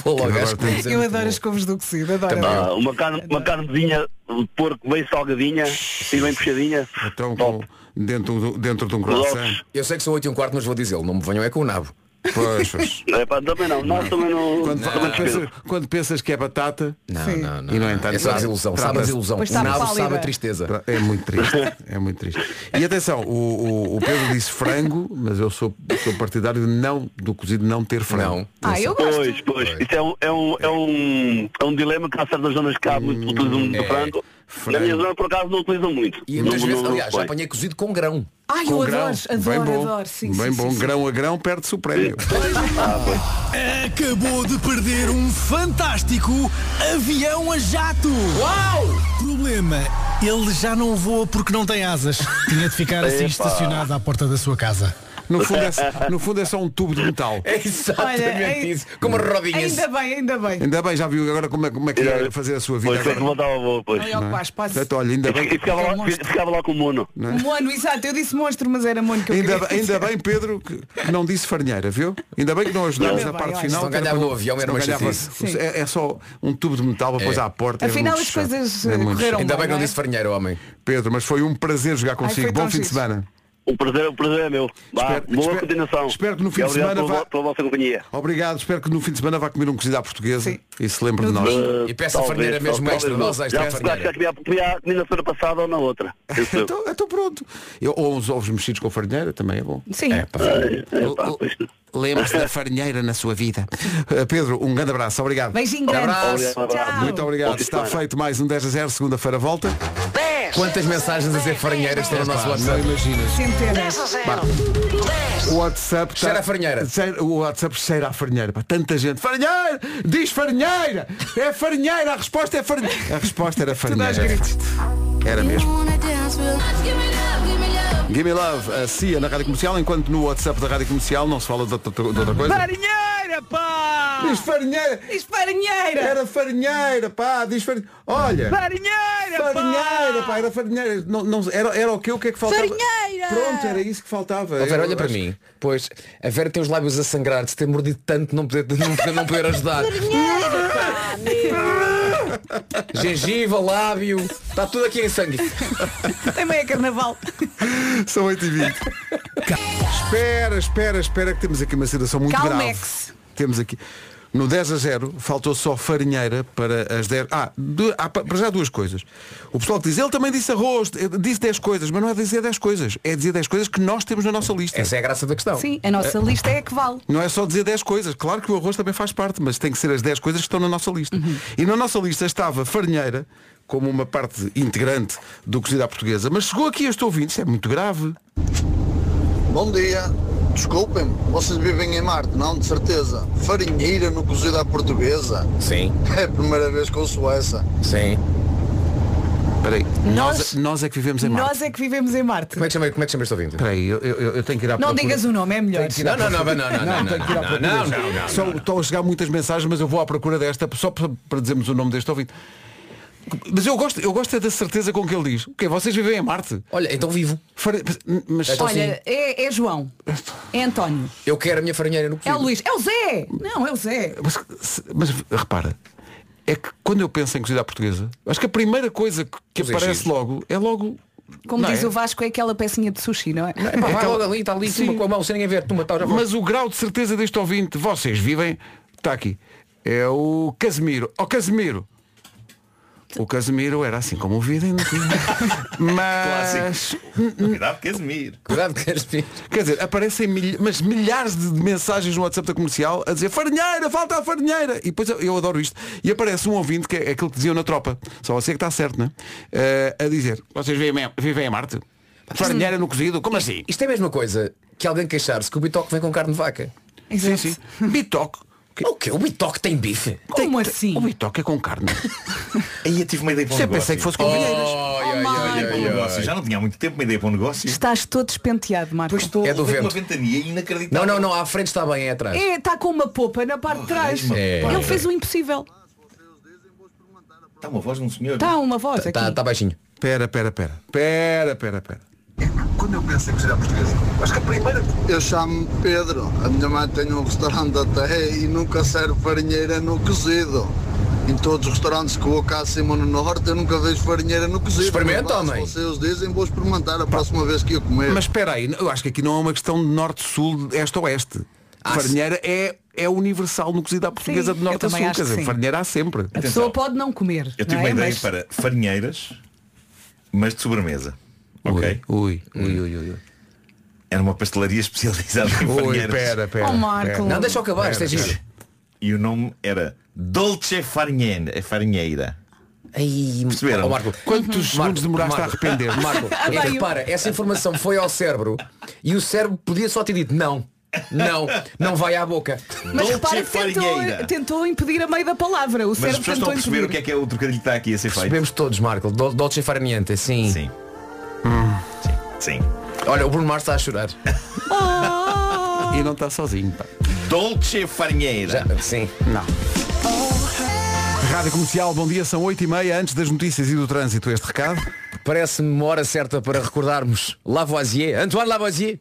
S7: Vou logo
S1: Agora
S7: às
S1: tem que ser
S3: Eu
S1: muito
S3: adoro as couves do cozido, adoro.
S14: Ah, uma, carne, uma carnezinha de porco bem salgadinha e bem puxadinha.
S1: Então, com, dentro, do- dentro de um croissant.
S7: Eu sei que são 8 e um quarto, mas vou dizê-lo. Não me venham é com o nabo.
S1: Pois, pois.
S14: Não é pá, também não. Nós também não.
S1: Quando,
S14: não,
S1: quando pensas, quando pensas que é batata.
S7: Não,
S14: Sim.
S7: não, não.
S1: E no
S7: não.
S1: entanto,
S7: É só a desilusão. Sabe a
S1: trata-se-
S7: desilusão.
S1: Pois
S7: O
S1: sabe,
S7: nabo sabe
S1: pálida.
S7: a tristeza.
S1: Tra- É muito triste. É muito triste. E atenção, o, o- o Pedro disse frango, mas eu sou, sou partidário de não, do cozido não ter frango.
S3: Ah, eu gosto.
S14: Pois, pois. Isso é um, é um, é um, é um dilema que há certas zonas que há
S1: Hum,
S14: muito utilizam
S1: é.
S14: muito frango. Na minha zona, por acaso, não utilizam muito.
S7: E
S14: Não-
S7: muitas
S14: não-
S7: vezes,
S14: não
S7: aliás, já
S14: põe.
S7: apanhei cozido com grão.
S3: Ai, eu
S1: Com
S3: adoro,
S1: grão. um
S3: adoro,
S1: Bem bom.
S3: adoro. Sim,
S1: Bem
S3: sim,
S1: bom,
S3: sim,
S1: grão a grão perde-se o prémio.
S2: Acabou de perder um fantástico avião a jato.
S7: Uau!
S2: Problema, ele já não voa porque não tem asas. Tinha de ficar assim
S1: Epa.
S2: estacionado à porta da sua casa.
S1: No fundo, é, no fundo é só um tubo de metal.
S7: É exatamente
S3: Olha,
S7: isso. Como rodinhas.
S3: Ainda bem, ainda bem.
S1: Ainda bem, já viu agora como é, como é que é fazer a sua vida.
S14: Pois, foi
S1: agora.
S14: que voltava ao voo, pois.
S1: é?
S3: Ai, ó, pá, espaço.
S1: Portanto, olha, ainda bem.
S14: E ficava lá, ficava lá com o mono.
S1: Não é?
S3: Mono, exato, eu disse monstro, mas era mono que eu
S1: Ainda,
S3: queria
S1: bem- ainda
S3: dizer.
S1: bem, Pedro, que que não disse farinheira, viu? Ainda bem que não ajudámos
S3: Ainda
S1: na
S3: bem,
S1: parte
S3: olha.
S1: final.
S7: Se não
S1: que
S7: ganhava
S1: para-
S7: o avião,
S1: se
S7: era
S1: não
S7: uma
S1: ganhava-
S7: chatice.
S1: se- é, é só um tubo de metal para pôr à porta. é
S3: Afinal,
S1: muito
S3: as coisas,
S1: chato. É
S3: eh,
S1: muito
S3: correram
S1: chato.
S7: Ainda bem que não
S3: Não é?
S7: disse farinheiro, homem.
S1: Pedro, mas foi um prazer jogar consigo.
S3: foi tão
S1: Bom fim de
S3: fixe.
S1: semana.
S14: O prazer, o prazer é meu. Vá, boa continuação.
S1: espero que no fim
S14: E
S1: de
S14: obrigado
S1: semana
S14: pela,
S1: vá-
S14: pela vossa companhia.
S1: Obrigado, espero que no fim de semana vá comer um cozido à portuguesa e se lembre de nós.
S7: E peça a
S14: Eh, Talvez,
S7: farinheira mesmo
S14: talvez
S7: extra.
S14: não.
S7: Nós extra
S14: Já
S7: a
S14: se calhar
S7: farinheira.
S14: comia, comia nem na semana passada ou na outra. Isso.
S1: Então, então pronto. Eu- ou uns ovos mexidos com farinheira também é bom.
S3: Sim.
S1: É, pá. Lembre-se da farinheira na sua vida. Uh, Pedro, um grande abraço. Obrigado.
S3: Beijinho grande.
S14: Abraço. Obrigado, abraço.
S3: Tchau.
S1: Muito obrigado. Está feito mais um 10 a 0, segunda-feira volta.
S7: Quantas mensagens a dizer farinheiras estão no nosso
S1: É Pá, não
S7: WhatsApp?
S1: imaginas.
S3: Centenas.
S1: O WhatsApp tá-
S7: Cheira a farinheira.
S1: Cheira- o WhatsApp cheira a farinheira. Pá, tanta gente. Farinheira! Diz farinheira! É farinheira! A resposta é farinheira! A resposta era farinheira. Era mesmo. Give me love, a CIA na Rádio Comercial, enquanto no WhatsApp da Rádio Comercial não se fala de outra, de outra coisa.
S3: Farinheira, pá!
S1: Diz farinheira!
S3: Diz farinheira!
S1: Era farinheira, pá, diz farinheira. Olha!
S3: Farinheira,
S1: Farinheira, pá, era farinheira. Não, não- era, era o que? O que é que faltava?
S3: Farinheira!
S1: Pronto, era isso que faltava.
S7: Ó, Vera,
S1: Eu
S7: olha para
S1: acho-
S7: mim. Pois, a Vera tem os lábios a sangrar de se ter mordido tanto não poder, não poder, não poder ajudar. Gengiva, lábio, está tudo aqui em sangue.
S3: Também é carnaval.
S1: São 8h20. espera, espera, espera que temos aqui uma situação muito
S3: Calmex.
S1: grave. Temos aqui. No 10 a 0 faltou só farinheira para as 10. Ah, du- há pa- para já duas coisas. O pessoal que diz, ele também disse arroz, eh, disse 10 coisas, mas não é dizer 10 coisas, é dizer 10 coisas que nós temos na nossa lista.
S7: Essa é a graça da questão.
S3: Sim, a nossa lista é a que vale.
S1: Não é só dizer 10 coisas. Claro que o arroz também faz parte, mas tem que ser as 10 coisas que estão na nossa lista. E na nossa lista estava farinheira, como uma parte integrante do cozido à portuguesa. Mas chegou aqui este ouvinte, isso é muito grave.
S16: Bom dia. Desculpem-me, vocês vivem em Marte, não? De certeza. Farinheira no cozido à portuguesa.
S7: Sim,
S16: É a primeira vez que ouço essa.
S7: sim.
S1: Espera aí.
S3: Nós-
S1: Nós, nós é que vivemos em Marte.
S3: Nós é que vivemos em Marte.
S7: Como é que chama, como é que chama este ouvinte?
S1: Espera aí, eu, eu- eu tenho que ir à
S3: Não
S1: procura.
S3: digas o nome, é melhor.
S7: Não, não, não, não, não, não, não,
S1: tenho que ir à
S7: não,
S1: procura
S7: não,
S1: deste.
S7: não, não.
S1: Só- Estão a chegar muitas mensagens, mas eu vou à procura desta, só para, para dizermos o nome deste ouvinte. Mas eu gosto, eu gosto é da certeza com que ele diz. O quê? Vocês vivem em Marte?
S7: Olha, então vivo.
S1: Fare- Mas,
S7: Então-
S1: mas-
S10: assim.
S3: Olha, é, é João. É António.
S7: Eu quero a minha farinheira no
S3: É o
S7: cozido.
S3: Luís. É o Zé. Não, é o Zé.
S1: Mas, se- mas repara, é que quando eu penso em cozida à portuguesa, acho que a primeira coisa que, que
S3: Os
S1: aparece
S3: enchidos.
S1: logo é logo.
S3: Como
S1: Não
S3: diz
S1: é?
S3: o Vasco, é aquela pecinha de sushi, não é?
S1: pá, vai logo
S7: ali, está ali,
S1: Sim.
S7: com a mão, sem ninguém ver, tu matar já foi.
S1: Mas o grau de certeza deste ouvinte, vocês vivem, está aqui. É o Casemiro. Ó Casemiro! O Casemiro era assim como o vidente. Mas.
S10: Cuidado, Casemiro.
S7: Cuidado, Casemiro.
S1: Quer dizer, aparecem milha- mas milhares de mensagens no WhatsApp da comercial a dizer farinheira, falta a farinheira. E depois eu, eu adoro isto. E aparece um ouvinte que é aquilo que diziam na tropa. Só você que está certo, não é? Eh, a dizer, vocês vivem, vivem a Marte? Farinheira no cozido? Como assim?
S7: Isto é a mesma coisa que alguém queixar-se que o bitoque vem com carne de vaca.
S3: Sim,
S1: sim. Bitoque?
S7: O quê? O bitoque tem bife?
S3: Como assim?
S1: O bitoque é com carne.
S10: Aí eu tive uma ideia para um
S1: Você
S10: negócio.
S1: pensei que fosse com
S10: Oh,
S1: vinheiras.
S10: ai, ai, ai, ai, ai. Já não tinha há muito tempo uma ideia para um negócio.
S3: Estás todo despenteado, Marco.
S7: É do
S10: Houve uma
S7: vento.
S10: ventania inacreditável.
S7: Não, não, não, à frente está bem, é atrás.
S3: É, está com uma popa na parte de trás.
S7: É.
S3: Ele fez o impossível.
S10: Está uma voz de um senhor. tá,
S3: Está uma voz aqui.
S7: Tá, baixinho.
S1: Pera, pera, pera. Pera, pera, pera.
S16: Quando eu penso em cozida portuguesa, acho que a primeira... Eu chamo-me Pedro, a minha mãe tem um restaurante até e nunca serve farinheira no cozido. Em todos os restaurantes que vou cá acima no Norte, eu nunca vejo farinheira no cozido.
S1: Experimenta,
S16: Mas,
S1: homem.
S16: Se vocês dizem, vou experimentar a próxima vez que eu comer.
S1: Mas espera aí, eu acho que aqui não é uma questão de norte-sul, este-oeste.
S16: Ah,
S1: farinheira é, é universal no cozido à portuguesa
S3: Sim,
S1: de norte
S3: eu
S1: a
S3: também
S1: sul.
S3: acho
S1: Quer
S3: que
S1: dizer,
S3: sim.
S1: farinheira há sempre.
S3: A pessoa pode não comer.
S10: Eu tive
S3: não
S10: uma
S3: é?
S10: ideia
S3: Mas
S10: para farinheiras, mas de sobremesa. ok?
S1: Ui,
S3: Hum.
S1: ui, ui, ui.
S10: Era uma pastelaria especializada em
S1: Ui,
S10: farinheiras.
S1: pera, pera, Oh, Marco. pera. Não, deixa eu acabar, isto é giro.
S10: E o nome era Dolce é Farinheira. Farinheira.
S7: Aí,
S10: Perceberam?
S7: Ó, Marco,
S10: Uhum.
S1: quantos
S7: Marco,
S1: segundos demoraste
S7: Marco,
S1: a arrepender?
S7: Marco,
S1: Ah,
S7: é que
S1: bem,
S7: repara, essa informação foi ao cérebro e o cérebro podia só ter dito não, não, não vai à boca.
S3: Mas repara que tentou, tentou impedir a meio da palavra. O
S7: as
S3: cérebro
S7: pessoas
S3: tentou
S7: estão a
S3: impedir.
S7: perceber
S10: O que é que é o trocadilho que está aqui a ser feito?
S7: Percebemos todos, Marco. Dol- Dolce Farniente, sim. Sim.
S10: Sim.
S7: Olha, o Bruno Mars está a chorar.
S1: E não está sozinho. Pá.
S10: Dolce Farinheira.
S7: sim.
S1: Não. Rádio Comercial, bom dia, são 8h30 antes das notícias e do trânsito este recado.
S7: Parece-me uma hora certa para recordarmos Lavoisier, Antoine Lavoisier,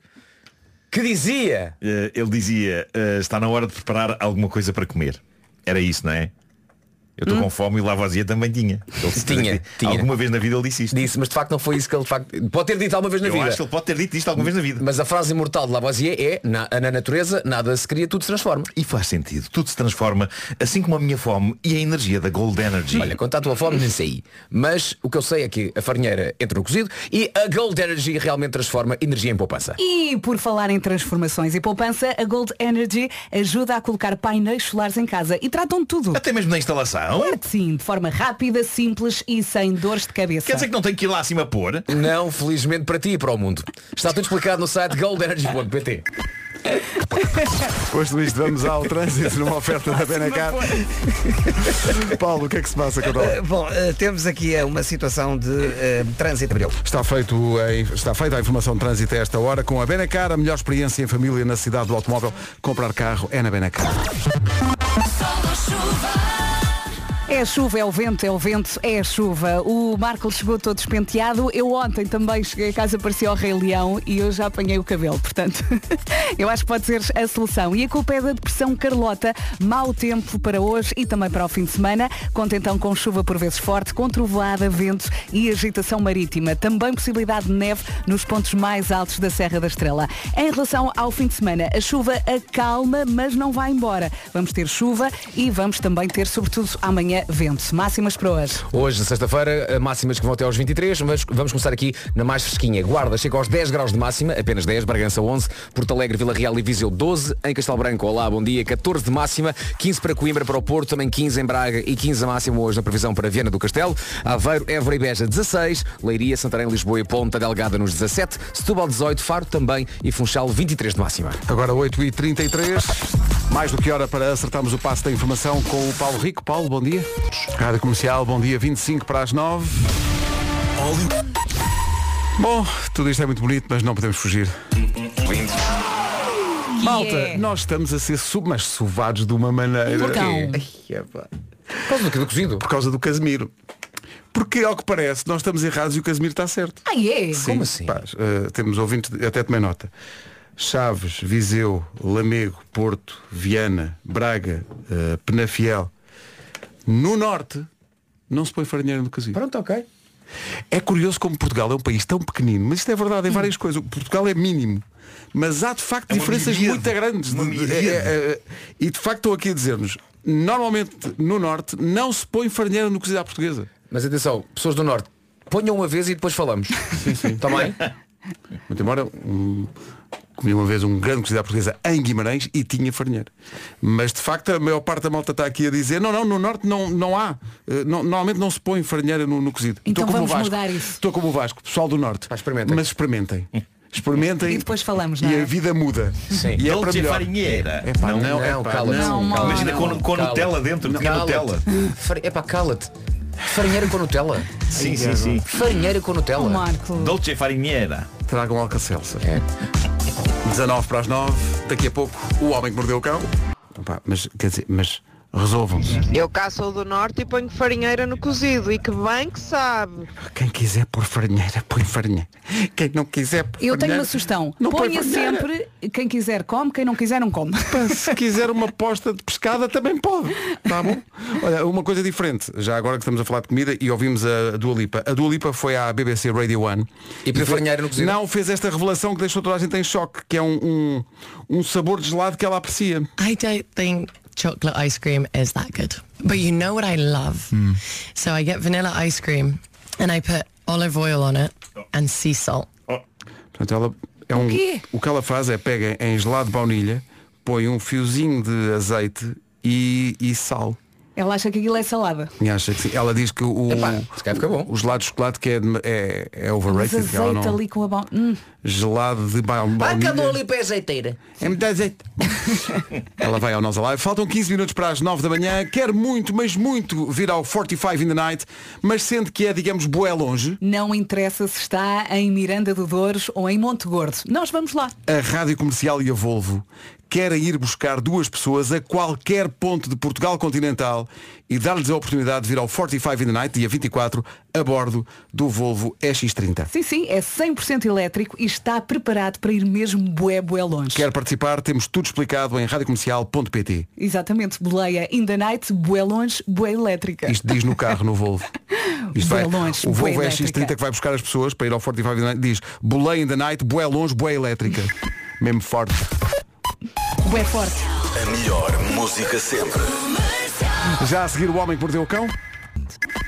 S7: que dizia
S10: Eh, ele dizia, eh, está na hora de preparar alguma coisa para comer. Era isso, não é? Eu estou com fome e o Lavoisier também tinha. Ele
S7: Hum? Tinha, tinha.
S10: Alguma vez na vida ele disse isto.
S7: Disse, mas de facto não foi isso que ele de facto. Pode ter dito alguma vez na
S10: Eu
S7: vida.
S10: acho que ele pode ter dito isto alguma vez na vida.
S7: Mas a frase imortal de Lavoisier é na, na natureza nada se cria, tudo se transforma.
S10: E faz sentido. Tudo se transforma, assim como a minha fome e a energia da Gold Energy.
S7: Olha, quanto à tua fome, nem sei. Mas o que eu sei é que a farinheira entra no cozido e a Gold Energy realmente transforma energia em poupança.
S3: E por falar em transformações e poupança, a Gold Energy ajuda a colocar painéis solares em casa e tratam de tudo.
S10: Até mesmo na instalação?
S3: Claro que sim, de forma rápida, simples e sem dores de cabeça.
S10: Quer dizer que não tenho que ir lá acima pôr?
S7: Não, felizmente para ti e para o mundo. Está tudo explicado no site goldenergy.pt.
S1: Depois de isto vamos ao trânsito numa oferta da Benacar. Paulo, o que é que se passa com
S17: Eh, Bom, eh, temos aqui eh, uma situação de eh, trânsito abril.
S1: Está, feito a, está feita a informação de trânsito a esta hora com a Benacar, a melhor experiência em família na cidade do automóvel. Comprar carro é na Benacar.
S3: É a chuva, é o vento, é o vento, é a chuva. O Marco chegou todo despenteado. Eu ontem também cheguei a casa, parecia o Rei Leão e eu já apanhei o cabelo. Portanto, eu acho que pode ser a solução. E a culpa é da depressão Carlota. Mau tempo para hoje e também para o fim de semana. Conta então com chuva por vezes forte, com trovoada, ventos e agitação marítima. Também possibilidade de neve nos pontos mais altos da Serra da Estrela. Em relação ao fim de semana, a chuva acalma, mas não vai embora. Vamos ter chuva e vamos também ter, sobretudo amanhã, vento. Máximas para hoje.
S7: Hoje, sexta-feira, eh, máximas que vão até aos 23, mas vamos começar aqui na mais fresquinha. Guarda chega aos 10 graus de máxima, apenas 10, Bragança 11, Porto Alegre, Vila Real e Viseu 12, em Castelo Branco, olá, bom dia, 14 de máxima, 15 para Coimbra, para o Porto, também 15 em Braga e 15 a máxima hoje na previsão para Viana do Castelo, Aveiro, Évora e Beja 16, Leiria, Santarém, Lisboa e Ponta Delgada nos 17, Setúbal 18, Faro também e Funchal 23 de máxima.
S1: Agora 8h33, mais do que hora para acertarmos o passo da informação com o Paulo Rico. Paulo, bom dia. Rádio Comercial, bom dia, 25 para as 9. Bom, tudo isto é muito bonito, mas não podemos fugir. Malta, nós estamos a ser sub, mas suvados de uma maneira.
S7: Então.
S1: Ai, epá. Por causa do que do cozido? Por causa do Casemiro. Porque, ao que parece, nós estamos errados e o Casemiro está certo.
S3: Ah, é?
S1: Sim, paz. Eh, temos ouvintes, de- até tomei nota. Chaves, Viseu, Lamego, Porto, Viana, Braga, eh, Penafiel, No norte, não se põe farinheira no cozido. Pronto, ok. É curioso como Portugal é um país tão pequenino, mas isto é verdade em várias coisas. O Portugal é mínimo, mas há de facto diferenças muito grandes. É, é, é, e de facto estou aqui a dizer-nos, normalmente no norte não se põe farinheira no cozido à portuguesa.
S7: Mas atenção, pessoas do norte, ponham uma vez e depois falamos. Tá Sim, sim. Também?
S1: Muito embora um, comi uma vez um grande cozido à portuguesa em Guimarães e tinha farinheiro. Mas de facto a maior parte da malta está aqui a dizer não, não, no norte não, não há. Eh, não- normalmente não se põe farinheira no, no cozido.
S3: Então
S1: Estou como o
S3: vamos
S1: Vasco.
S3: mudar isso.
S1: Estou como o Vasco, pessoal do norte. Mas experimentem. Experimentem.
S3: E depois falamos, não
S1: E
S3: é?
S1: a vida muda. E é para
S10: Dolce
S1: melhor.
S10: farinheira.
S1: Epá,
S10: Não, é
S1: não,
S10: não,
S1: epá,
S10: cala-te.
S1: não.
S10: Não, Imagina não, com- não. com
S7: Cala-te.
S10: Nutella dentro,
S7: Não,
S10: tinha
S7: cala-te.
S10: Nutella.
S7: Far- Epá, cala-te. Farinheira com Nutella.
S10: Sim, sim, sim.
S7: Farinheira com Nutella. É,
S10: Dolce farinheira.
S1: Tragam Alcacelsa.
S10: É.
S1: 19 para as 9, daqui a pouco o homem que mordeu o cão. Epá, mas quer dizer, mas resolvam-se.
S18: Eu cá sou do norte e ponho farinheira no cozido e que bem que sabe.
S1: Quem quiser pôr farinheira, põe farinheira. Quem não quiser pôr
S3: Eu tenho
S1: farinheira,
S3: uma sugestão.
S1: não põe
S3: Ponha
S1: farinheira.
S3: sempre, quem quiser come, quem não quiser não come.
S1: Se quiser uma posta de pescada também pode. Tá bom? Olha, uma coisa diferente, já agora que estamos a falar de comida e ouvimos a Dua Lipa. A Dua Lipa foi à BBC Radio 1.
S7: E pediu
S1: fe-
S7: farinheira no cozido?
S1: Não, fez esta revelação que deixou toda a gente em choque, que é um, um, um sabor de gelado que ela aprecia.
S19: I don't think chocolate ice cream is that good. But you know what I love? So I get vanilla ice cream and I put olive oil on it and sea salt.
S1: Portanto, ela é um,
S19: quê?
S1: o que ela faz é pega em gelado de baunilha, põe um fiozinho de azeite e, e sal.
S3: Ela acha que aquilo é salada.
S1: E acha que sim. Ela diz que o, o, o gelado de chocolate que é, é,
S3: Mas
S1: é overrated. que ela
S3: azeite
S1: não-
S3: ali com a mão. Hum.
S1: Gelado de ba- baunilha.
S20: Acabou ali para a azeiteira.
S1: É muito azeite. Ela vai ao Nós Alive. Faltam 15 minutos para as 9 da manhã. Quer muito, mas muito vir ao 45 in the Night, mas sente que é, digamos, boé longe.
S3: Não interessa se está em Miranda do Douros ou em Monte Gordo. Nós vamos lá.
S1: A Rádio Comercial e a Volvo querem ir buscar duas pessoas a qualquer ponto de Portugal continental e dar-lhes a oportunidade de vir ao 45 in the Night, dia 24, a bordo do Volvo EX30.
S3: Sim, sim, é 100% elétrico e está preparado para ir mesmo bué, bué longe.
S1: Quer participar? Temos tudo explicado em radiocomercial.pt.
S3: Exatamente, boleia in the night, bué longe, bué elétrica.
S1: Isto diz no carro, no Volvo. Isto
S3: Bué
S1: vai,
S3: longe,
S1: o
S3: bué
S1: Volvo
S3: elétrica.
S1: EX30 que vai buscar as pessoas para ir ao 45 in the Night diz Bolei in the Night, bué longe, bué elétrica. Mesmo forte.
S3: Bué forte.
S2: A melhor música sempre.
S1: Já a seguir o Homem que Mordeu o Cão.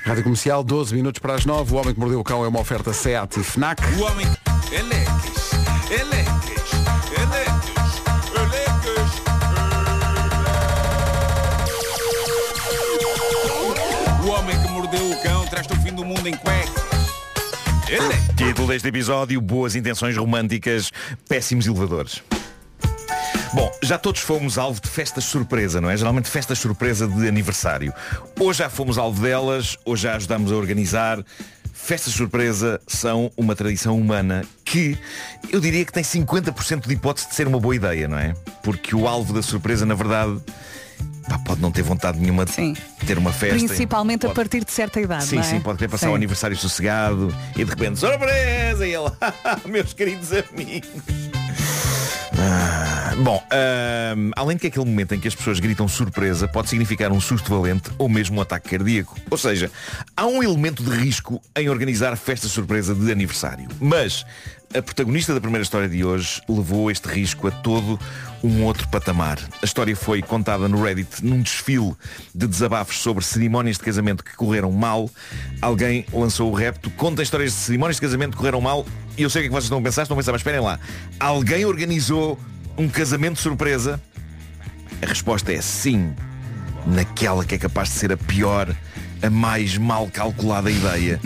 S1: Rádio Comercial, 12 minutos para as 9. O Homem que Mordeu o Cão é uma oferta SEAT e FNAC.
S2: O homem. Elecas, elecas, elecas, elecas. O homem que mordeu o cão traz-te o fim do mundo em cuecas. Elecas.
S10: Título deste episódio, boas intenções românticas, péssimos elevadores. Bom, já todos fomos alvo de festas surpresa, não é? Geralmente festas surpresa de aniversário. Ou já fomos alvo delas, ou já ajudámos a organizar. Festas surpresa são uma tradição humana que eu diria que tem 50% de hipótese de ser uma boa ideia, não é? Porque o alvo da surpresa, na verdade, pá, pode não ter vontade nenhuma de ter uma festa.
S3: Principalmente a
S10: Pode-
S3: partir de certa idade.
S10: é Sim,
S3: não é?
S10: sim, pode querer passar
S3: Sim.
S10: um aniversário sossegado e de repente surpresa e ele, "Ah, meus queridos amigos. Ah, Bom, ahm, além de que aquele momento em que as pessoas gritam surpresa pode significar um susto valente ou mesmo um ataque cardíaco. Ou seja, há um elemento de risco em organizar festa surpresa de aniversário. Mas a protagonista da primeira história de hoje levou este risco a todo um outro patamar. A história foi contada no Reddit num desfile de desabafos sobre cerimónias de casamento que correram mal. Alguém lançou o repto, conta histórias de cerimónias de casamento que correram mal e eu sei o que é que vocês estão a pensar, estão a pensar, mas esperem lá. Alguém organizou um casamento de surpresa? A resposta é sim. Naquela que é capaz de ser a pior, a mais mal calculada ideia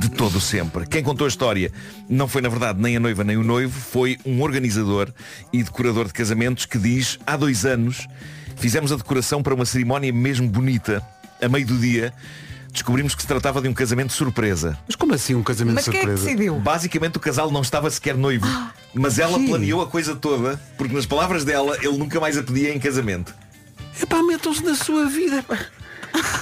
S10: de todo sempre. Quem contou a história não foi, na verdade, nem a noiva nem o noivo, foi um organizador e decorador de casamentos que diz, há dois anos, fizemos a decoração para uma cerimónia mesmo bonita. A meio do dia, descobrimos que se tratava de um casamento de surpresa.
S1: Mas como assim um casamento
S3: Mas quem é que surpresa? decidiu?
S10: Basicamente o casal não estava sequer noivo. Mas ela planeou a coisa toda, porque nas palavras dela, ele nunca mais a pedia em casamento.
S1: Epá, metam-se na sua vida. pá.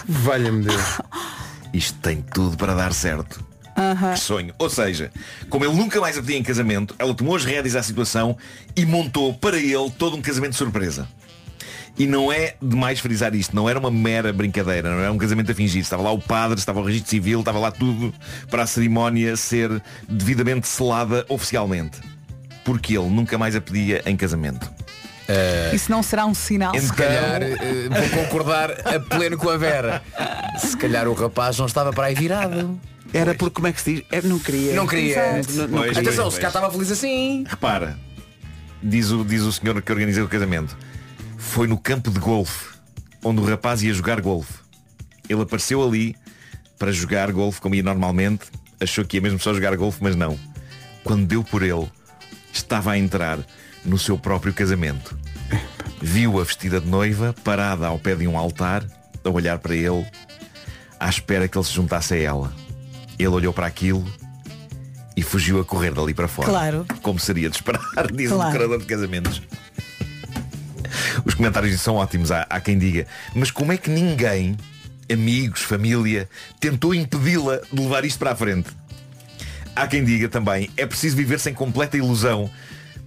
S1: Valha-me Deus.
S10: Isto tem tudo para dar certo.
S3: Aham.
S10: Que sonho. Ou seja, como ele nunca mais a pedia em casamento, ela tomou as rédeas à situação e montou para ele todo um casamento de surpresa. E não é demais frisar isto, não era uma mera brincadeira, não era um casamento a fingir. Estava lá o padre, estava o registro civil, estava lá tudo para a cerimónia ser devidamente selada oficialmente. Porque ele nunca mais a pedia em casamento. É. Então,
S3: Isso não será um sinal.
S7: Se calhar, eh, vou concordar a pleno com a Vera. Se calhar o rapaz não estava para aí virado.
S21: Era porque como é que se diz? Era, não queria.
S7: Não queria.
S21: Exato.
S7: Não- não
S10: Pois,
S7: queria. Atenção,
S10: pois,
S7: se cá
S10: pois.
S7: estava feliz assim.
S10: Repara, diz o, diz o senhor que organizou o casamento. Foi no campo de golfe, onde o rapaz ia jogar golfe. Ele apareceu ali para jogar golfe como ia normalmente. Achou que ia mesmo só jogar golfe, mas não. Quando deu por ele, estava a entrar no seu próprio casamento. Viu-a vestida de noiva, parada ao pé de um altar, a olhar para ele, à espera que ele se juntasse a ela. Ele olhou para aquilo e fugiu a correr dali para fora.
S22: Claro.
S10: Como seria de esperar, diz o
S22: Claro.
S10: decorador de casamentos. Os comentários disso são ótimos, há, há quem diga. Mas como é que ninguém, amigos, família, tentou impedi-la de levar isto para a frente? Há quem diga também, é preciso viver sem completa ilusão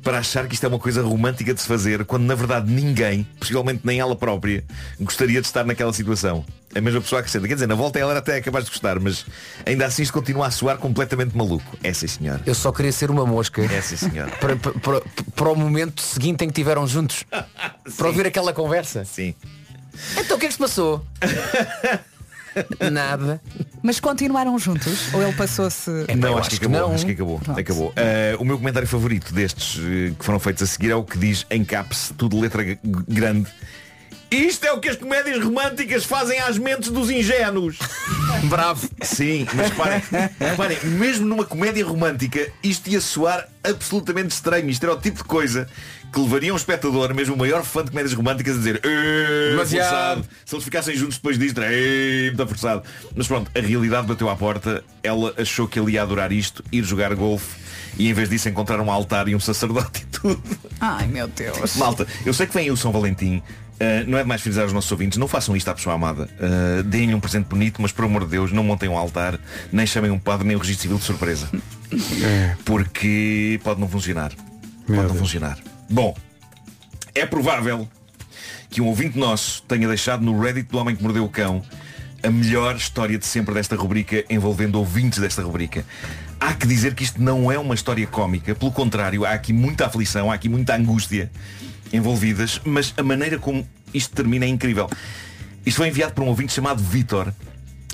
S10: para achar que isto é uma coisa romântica de se fazer, quando na verdade ninguém, possivelmente nem ela própria, gostaria de estar naquela situação. A mesma pessoa acrescenta, quer dizer, na volta ela era até capaz de gostar, mas ainda assim isto continua a soar completamente maluco. É sim senhora.
S7: Eu só queria ser uma mosca.
S10: É sim senhora.
S7: Para, para- para- para o momento seguinte em que tiveram juntos. Para ouvir aquela conversa.
S10: Sim.
S7: Então o que é que se passou? Nada.
S3: Mas continuaram juntos? Ou ele passou-se.
S10: não, É acho, que acabou, acho que acabou. acabou. Eh, o meu comentário favorito destes eh, que foram feitos a seguir é o que diz em caps, tudo letra g- grande. Isto é o que as comédias românticas fazem às mentes dos ingênuos. Bravo. Sim, mas reparem, reparem, mesmo numa comédia romântica, isto ia soar absolutamente estranho. Isto era o tipo de coisa que levaria um espectador, mesmo o maior fã de comédias românticas, a dizer "Eh,
S7: Demasiado."
S10: forçado." Se eles ficassem juntos depois disto, era "Eh, muito forçado. Mas pronto, a realidade bateu à porta. Ela achou que ele ia adorar isto, ir jogar golfe e em vez disso encontrar um altar e um sacerdote e tudo.
S3: Ai meu Deus.
S10: Malta, eu sei que vem aí o São Valentim. Uh, não é demais frisar aos nossos ouvintes, não façam isto à pessoa amada. Uh, Deem-lhe um presente bonito, mas por amor de Deus, não montem um altar, nem chamem um padre, nem o registro civil de surpresa.
S1: É.
S10: Porque pode não funcionar. pode não funcionar. Bom, é provável que um ouvinte nosso tenha deixado no Reddit do Homem que Mordeu o Cão a melhor história de sempre desta rubrica envolvendo ouvintes desta rubrica. Há que dizer que isto não é uma história cómica, pelo contrário, há aqui muita aflição, há aqui muita angústia envolvidas, mas a maneira como isto termina é incrível. Isto foi enviado por um ouvinte chamado Vitor.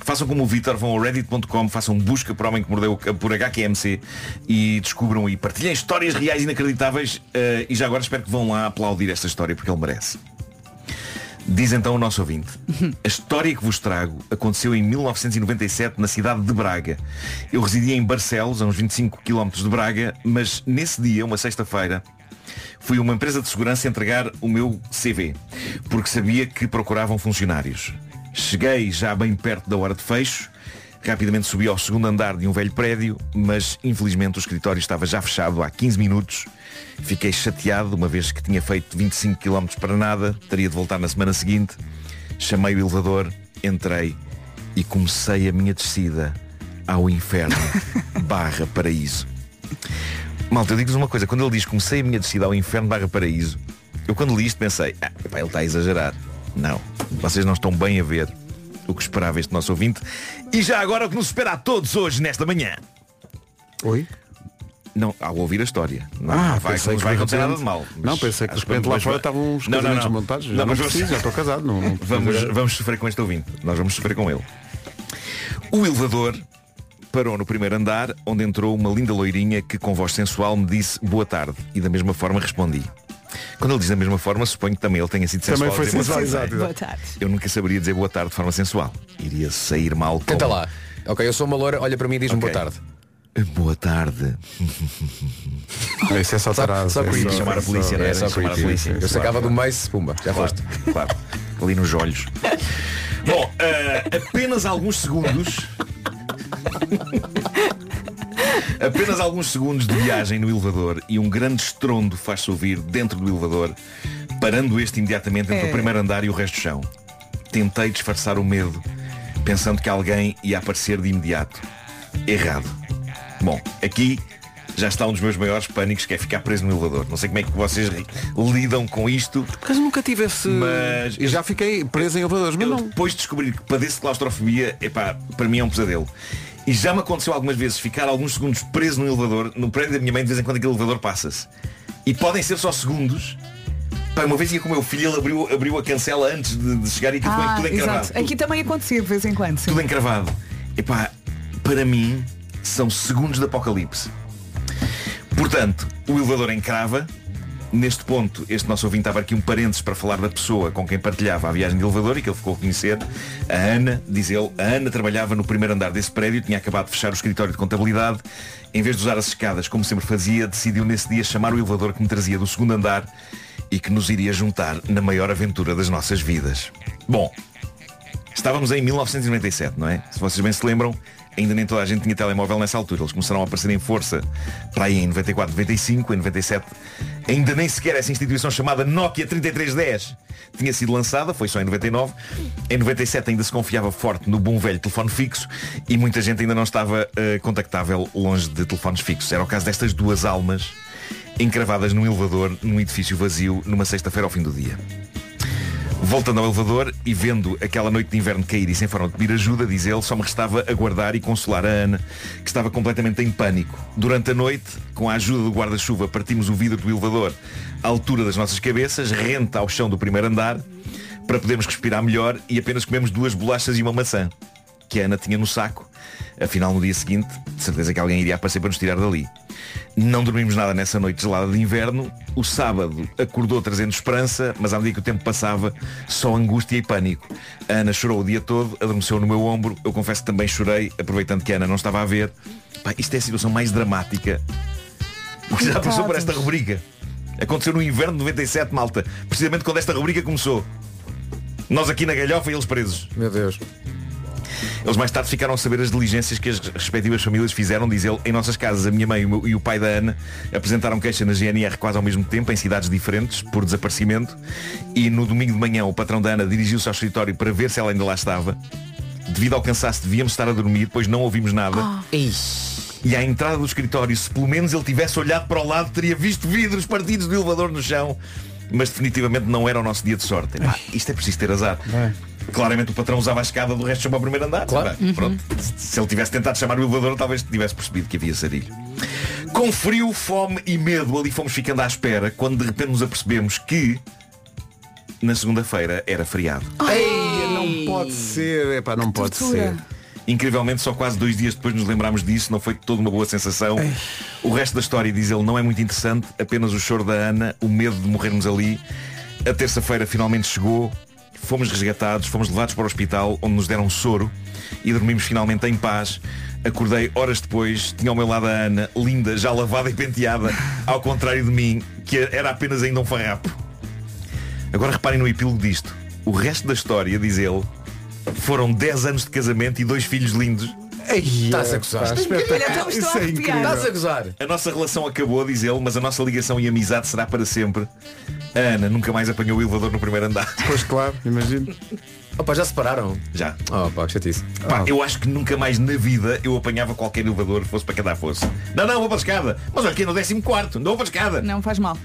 S10: Façam como o Vitor, vão ao reddit.com, façam busca por homem que mordeu o Cão, por HQMC e descubram e partilhem histórias reais inacreditáveis eh, e já agora espero que vão lá aplaudir esta história porque ele merece. Diz então o nosso ouvinte A história que vos trago aconteceu em 1997 na cidade de Braga Eu residia em Barcelos, a uns 25 km de Braga Mas nesse dia, uma sexta-feira Fui a uma empresa de segurança entregar o meu CV Porque sabia que procuravam funcionários Cheguei já bem perto da hora de fecho Rapidamente subi ao segundo andar de um velho prédio Mas infelizmente o escritório estava já fechado há 15 minutos Fiquei chateado, uma vez que tinha feito 25 km para nada, teria de voltar na semana seguinte. Chamei o elevador, entrei e comecei a minha descida ao inferno barra paraíso. Malta, eu digo-vos uma coisa, quando ele diz comecei a minha descida ao inferno barra paraíso, eu quando li isto pensei, ah, epá, ele está a exagerar. Não, vocês não estão bem a ver o que esperava este nosso ouvinte. E já agora o que nos espera a todos hoje, nesta manhã.
S1: Oi?
S10: Não, ao ouvir a história. Não,
S1: Ah,
S10: não vai,
S1: pensei
S10: não
S1: que
S10: vai
S1: de
S10: acontecer
S1: repente-
S10: nada de mal.
S1: Não, pensei que de repente lá fora estavam uns casamentos montados. Já não preciso, já estou casado, não- não preciso
S10: vamos,
S1: agora.
S10: vamos sofrer com este ouvinte. Nós vamos sofrer com ele. O elevador parou no primeiro andar, onde entrou uma linda loirinha que com voz sensual me disse boa tarde e da mesma forma respondi. Quando ele diz da mesma forma, suponho que também ele tenha sido
S1: Também
S10: sensual. a
S1: foi
S10: dizer boa
S1: sensual,
S10: tarde,
S1: exato,
S10: não é?
S1: exato. Boa tarde.
S10: Eu nunca saberia dizer boa tarde de forma sensual. Iria sair mal.
S7: Tenta lá. Ok, eu sou uma loira, olha para mim e diz-me boa tarde.
S10: Boa tarde.
S1: Isso é só tarado.
S7: Só creepy.
S10: chamar a polícia, não
S7: é
S10: era?
S7: só
S10: Chamar a
S7: creepy.
S10: polícia.
S7: Eu sacava do meio, pumba, já
S10: Claro,
S7: foste.
S10: Claro. Ali nos olhos. Bom, eh, apenas alguns segundos. Apenas alguns segundos de viagem no elevador e um grande estrondo faz-se ouvir dentro do elevador, parando este imediatamente entre
S15: É.
S10: o primeiro andar e o resto do chão. Tentei disfarçar o medo, pensando que alguém ia aparecer de imediato. Errado. Bom, aqui já está um dos meus maiores pânicos, que é ficar preso no elevador. Não sei como é que vocês ri- lidam com isto.
S1: Por acaso nunca tive esse.
S10: Mas
S1: eu já fiquei preso em elevadores, mas não.
S10: Depois de descobrir que padeço de claustrofobia, epá, para mim é um pesadelo. E já me aconteceu algumas vezes ficar alguns segundos preso no elevador, no prédio da minha mãe, de vez em quando aquele elevador passa-se. E podem ser só segundos. Pá, uma vez ia com o meu filho, ele abriu, abriu a cancela antes de, de chegar e aquilo
S3: Ah,
S10: foi tudo encravado.
S3: exato. Aqui também acontecia de vez em quando. sim.
S10: Tudo encravado. Epá, para mim são segundos de apocalipse. Portanto, o elevador encrava. Neste ponto, este nosso ouvinte estava aqui um parênteses para falar da pessoa com quem partilhava a viagem de elevador e que ele ficou a conhecer. A Ana, diz ele, a Ana trabalhava no primeiro andar desse prédio, tinha acabado de fechar o escritório de contabilidade. Em vez de usar as escadas, como sempre fazia, decidiu nesse dia chamar o elevador que me trazia do segundo andar e que nos iria juntar na maior aventura das nossas vidas. Bom, Estávamos em 1997, não é? Se vocês bem se lembram, ainda nem toda a gente tinha telemóvel nessa altura. Eles começaram a aparecer em força para aí em 94, 95, em 97. Ainda nem sequer essa instituição chamada Nokia 3310 tinha sido lançada, foi só em 99. Em 97 ainda se confiava forte no bom velho telefone fixo e muita gente ainda não estava eh, contactável longe de telefones fixos. Era o caso destas duas almas encravadas num elevador, num edifício vazio, numa sexta-feira ao fim do dia. Voltando ao elevador e vendo aquela noite de inverno cair e sem forma de pedir ajuda, diz ele, só me restava aguardar e consolar a Ana, que estava completamente em pânico. Durante a noite, com a ajuda do guarda-chuva, partimos o vidro do elevador à altura das nossas cabeças, rente ao chão do primeiro andar, para podermos respirar melhor e apenas comemos duas bolachas e uma maçã, que a Ana tinha no saco. Afinal, no dia seguinte, de certeza que alguém iria aparecer para nos tirar dali. Não dormimos nada nessa noite gelada de inverno. O sábado acordou trazendo esperança, mas à medida que o tempo passava, só angústia e pânico. A Ana chorou o dia todo, adormeceu no meu ombro. Eu confesso que também chorei, aproveitando que a Ana não estava a ver. Pá, isto é a situação mais dramática o que já passou por esta rubrica. Aconteceu no inverno de 97, malta. Precisamente quando esta rubrica começou. Nós aqui na galhofa e eles presos.
S7: Meu Deus.
S10: Eles mais tarde ficaram a saber as diligências que as respectivas famílias fizeram, diz ele, em nossas casas. A minha mãe e o meu- e o pai da Ana apresentaram queixa na GNR quase ao mesmo tempo, em cidades diferentes, por desaparecimento. E no domingo de manhã o patrão da Ana dirigiu-se ao escritório para ver se ela ainda lá estava. Devido ao cansaço devíamos estar a dormir, pois não ouvimos nada. E à entrada do escritório, se pelo menos ele tivesse olhado para o lado, teria visto vidros partidos do elevador no chão. Mas definitivamente não era o nosso dia de sorte. Epá, isto é preciso ter azar. Claramente o patrão usava a escada do resto chamou o primeiro andar. Claro.
S2: Uhum.
S10: Pronto. Se ele tivesse tentado chamar o elevador, talvez tivesse percebido que havia sarilho. Com frio, fome e medo, ali fomos ficando à espera, quando de repente nos apercebemos que na segunda-feira era feriado.
S1: Ei, não pode ser. Epá, não pode ser.
S10: Incrivelmente, só quase dois dias depois nos lembrámos disso, não foi de toda uma boa sensação. O resto da história, diz ele, não é muito interessante, apenas o choro da Ana, o medo de morrermos ali. A terça-feira finalmente chegou, fomos resgatados, fomos levados para o hospital, onde nos deram um soro e dormimos finalmente em paz. Acordei horas depois, tinha ao meu lado a Ana, linda, já lavada e penteada, ao contrário de mim, que era apenas ainda um farrapo. Agora reparem no epílogo disto. O resto da história, diz ele, foram 10 anos de casamento e dois filhos lindos.
S7: Estás a gozar. pá, espetacular. Olha, então estou a Isso é arrepiar. incrível. Estás a gozar.
S10: A nossa relação acabou, diz ele, mas a nossa ligação e amizade será para sempre. A Ana nunca mais apanhou o elevador no primeiro andar.
S1: Pois claro, imagino.
S7: Opa, já separaram?
S10: Já.
S7: Oh, pá, que chatice.
S10: Pá, eu acho que nunca mais na vida eu apanhava qualquer elevador, fosse para cada dar fosse. Não, não, vou para a escada. Mas olha que é no 14 quarto, não vou para a escada.
S3: Não faz mal.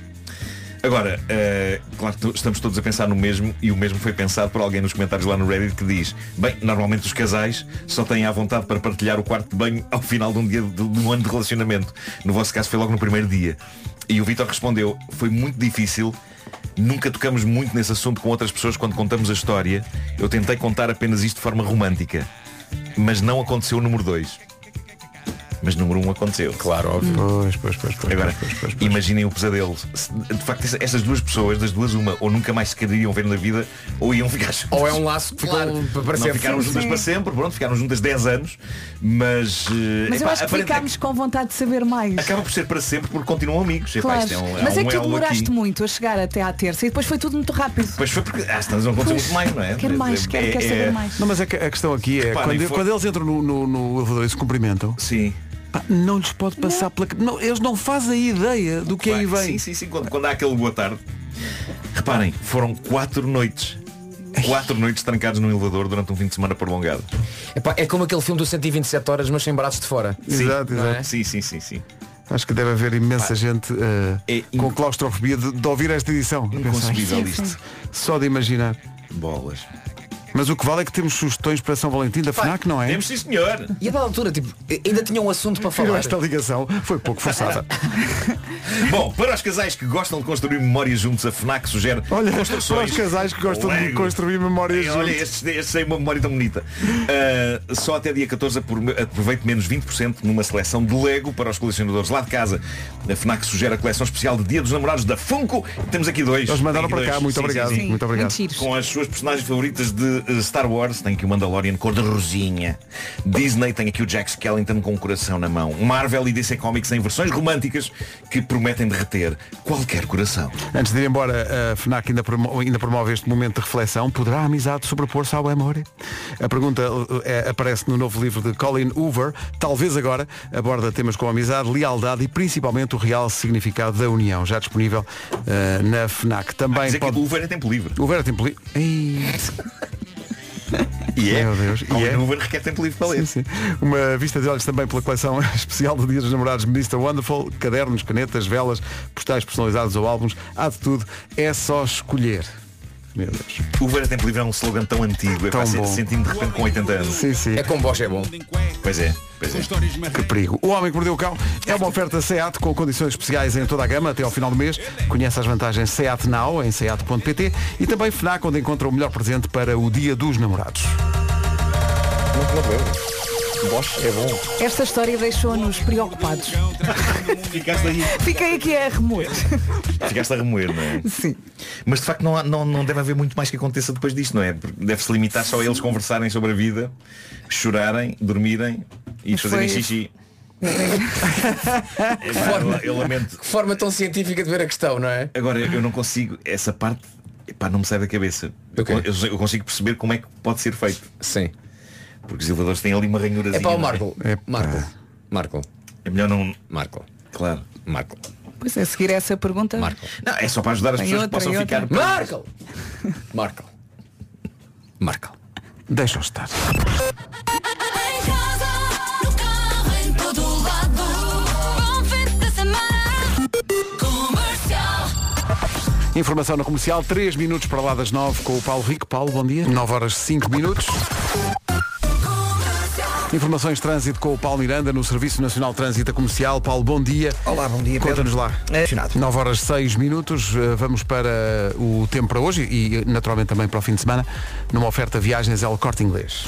S10: Agora, eh, claro que to- estamos todos a pensar no mesmo e o mesmo foi pensado por alguém nos comentários lá no Reddit que diz Bem, normalmente os casais só têm à vontade para partilhar o quarto de banho ao final de um, dia, de, de um ano de relacionamento No vosso caso foi logo no primeiro dia E o Vitor respondeu Foi muito difícil Nunca tocamos muito nesse assunto com outras pessoas quando contamos a história Eu tentei contar apenas isto de forma romântica Mas não aconteceu o número 2 mas número 1 um aconteceu.
S7: Claro, óbvio.
S1: Pois, pois, pois, pois,
S10: Agora, imaginem o pesadelo. Se- De facto, essa- essas duas pessoas, das duas uma, ou nunca mais se queriam ver na vida, ou iam ficar juntas.
S7: Ou é um laço que ficou para
S10: Não
S7: sempre.
S10: ficaram
S7: Sim,
S10: juntas
S7: sim.
S10: para sempre, pronto, ficaram juntas 10 anos, mas, eh,
S3: Mas eu
S10: epá,
S3: acho que
S10: aparentemente
S3: ficámos com vontade de saber mais.
S10: acaba por ser para sempre porque continuam amigos. Epá,
S3: Claro.
S10: isto é um- há
S3: Mas é
S10: um
S3: que tu
S10: elo aqui.
S3: demoraste muito a chegar até à terça e depois foi tudo muito rápido.
S10: Pois foi porque às tantas não aconteceu
S3: Pois,
S10: muito mais, não é?
S3: quero mais, quero- quero saber mais.
S1: Não, mas é que a questão aqui é,
S10: Reparem,
S1: quando,
S10: foi-
S1: quando eles entram no, no- no elevador e se cumprimentam,
S10: Sim.
S1: pá, não lhes pode passar pela. Não, eles não fazem ideia do que aí vem.
S10: Sim, sim, sim, quando, quando há aquele boa tarde. Reparem, foram quatro noites. Quatro noites trancados num elevador durante um fim de semana prolongado.
S7: Epá, é como aquele filme do 127 horas, mas sem braços de fora.
S10: Sim, é?
S7: Não é?
S10: sim, sim, sim, sim.
S1: Acho que deve haver imensa gente eh, com claustrofobia de, de ouvir esta edição.
S10: É Inconcebível
S1: Pensar,
S10: isto.
S1: Só de imaginar.
S10: Bolas.
S1: Mas o que vale é que temos sugestões para São Valentim da FNAC, não é?
S10: sim, senhor.
S20: E a dada altura, tipo,
S17: eh,
S20: ainda tinha um assunto para falar.
S1: Esta ligação foi pouco forçada.
S10: Bom, para os casais que gostam de construir memórias juntos, a FNAC sugere
S1: Olha, para
S10: construções.
S1: os casais que gostam de
S10: Lego.
S1: construir memórias
S10: Ei, Olha,
S1: juntos.
S10: estes, estes têm uma memória tão bonita. Ah, só até dia 14 apro- aproveite menos 20% numa seleção de Lego para os colecionadores lá de casa. A FNAC sugere a coleção especial de Dia dos Namorados da Funko. Temos aqui dois.
S1: Eles mandaram
S10: Tem
S1: para
S10: aqui
S1: cá. Muito obrigado. Muito obrigado. Muito giros.
S10: Com as suas personagens favoritas de eh, Star Wars, tem aqui o Mandalorian cor de rosinha. Disney tem aqui o Jack Skellington com o coração na mão. Marvel e DC Comics em versões românticas que prometem derreter qualquer coração.
S1: Antes de ir embora, a FNAC ainda promo- ainda promove este momento de reflexão. Poderá a amizade sobrepor-se ao amor? A pergunta eh, eh, aparece no novo livro de Colin Hoover. Talvez agora aborda temas como amizade, lealdade e principalmente o real significado da união. Já disponível eh, na FNAC. Também
S10: Dizer
S1: pode...
S10: que o Hoover é tempo livre.
S1: O Vera tem poli... Ei.
S10: E é.
S1: Meu Deus.
S10: Colin
S1: E é.
S10: Hoover requer tempo livre para ler.
S1: Sim, sim. Uma vista de olhos também pela coleção especial de Dias dos Namorados Mr. Wonderful, cadernos, canetas, velas, postais personalizados ou álbuns, há de tudo, é só escolher. Meu Deus.
S10: Hoover é tempo livre é um slogan tão antigo. É
S1: Tão
S10: para
S1: bom.
S10: sentindo de repente com 80 anos.
S1: Sim, sim. É com
S10: voz é bom. Pois é, pois é.
S1: Que perigo. O Homem que Mordeu o Cão é uma oferta SEAT com condições especiais em toda a gama até ao final do mês. Conhece as vantagens SEAT Now em seat.pt e também FNAC onde encontra o melhor presente para o Dia dos Namorados.
S10: Bosch é bom.
S3: Esta história deixou-nos preocupados.
S10: Ficaste aí.
S3: Fiquei aqui a remoer.
S10: Ficaste a remoer, não é?
S3: Sim.
S10: Mas de facto não, há- não, não deve haver muito mais que aconteça depois disto, não é? Porque Deve-se limitar só a eles conversarem sobre a vida, chorarem, dormirem e
S20: Mas
S10: fazerem
S20: foi-
S10: xixi.
S20: Que forma,
S10: eu lamento.
S20: que forma tão científica de ver a questão, não é?
S10: Agora eu não consigo, essa parte epá, não me sai da cabeça. Eu con- Eu, eu consigo perceber como é que pode ser feito.
S20: Sim.
S10: Porque os elevadores têm ali uma ranhura.
S20: É para o Marco.
S1: eh,
S20: Marco.
S10: Marco. É melhor não. Marco. Claro. Marco.
S3: Pois é, seguir essa pergunta.
S10: Não, é só para ajudar as
S3: Tem
S10: pessoas
S3: outra,
S10: que possam
S3: e outra.
S10: ficar.
S3: Marco!
S10: Marco.
S1: Marca. Deixa-o estar.
S5: Em todo lado. Bom fim de semana. Comercial.
S1: Informação na comercial, 3 minutos para lá das 9 com o Paulo Rico. Paulo, bom dia. 9 horas 5 minutos. Informações de trânsito com o Paulo Miranda no Serviço Nacional de Trânsito Comercial. Paulo, bom dia.
S17: Olá, bom dia, Pedro.
S1: Conta-nos lá.
S17: É.
S1: 9 horas 6 minutos. eh, Vamos para o tempo para hoje e naturalmente também para o fim de semana numa oferta viagens ao corte inglês.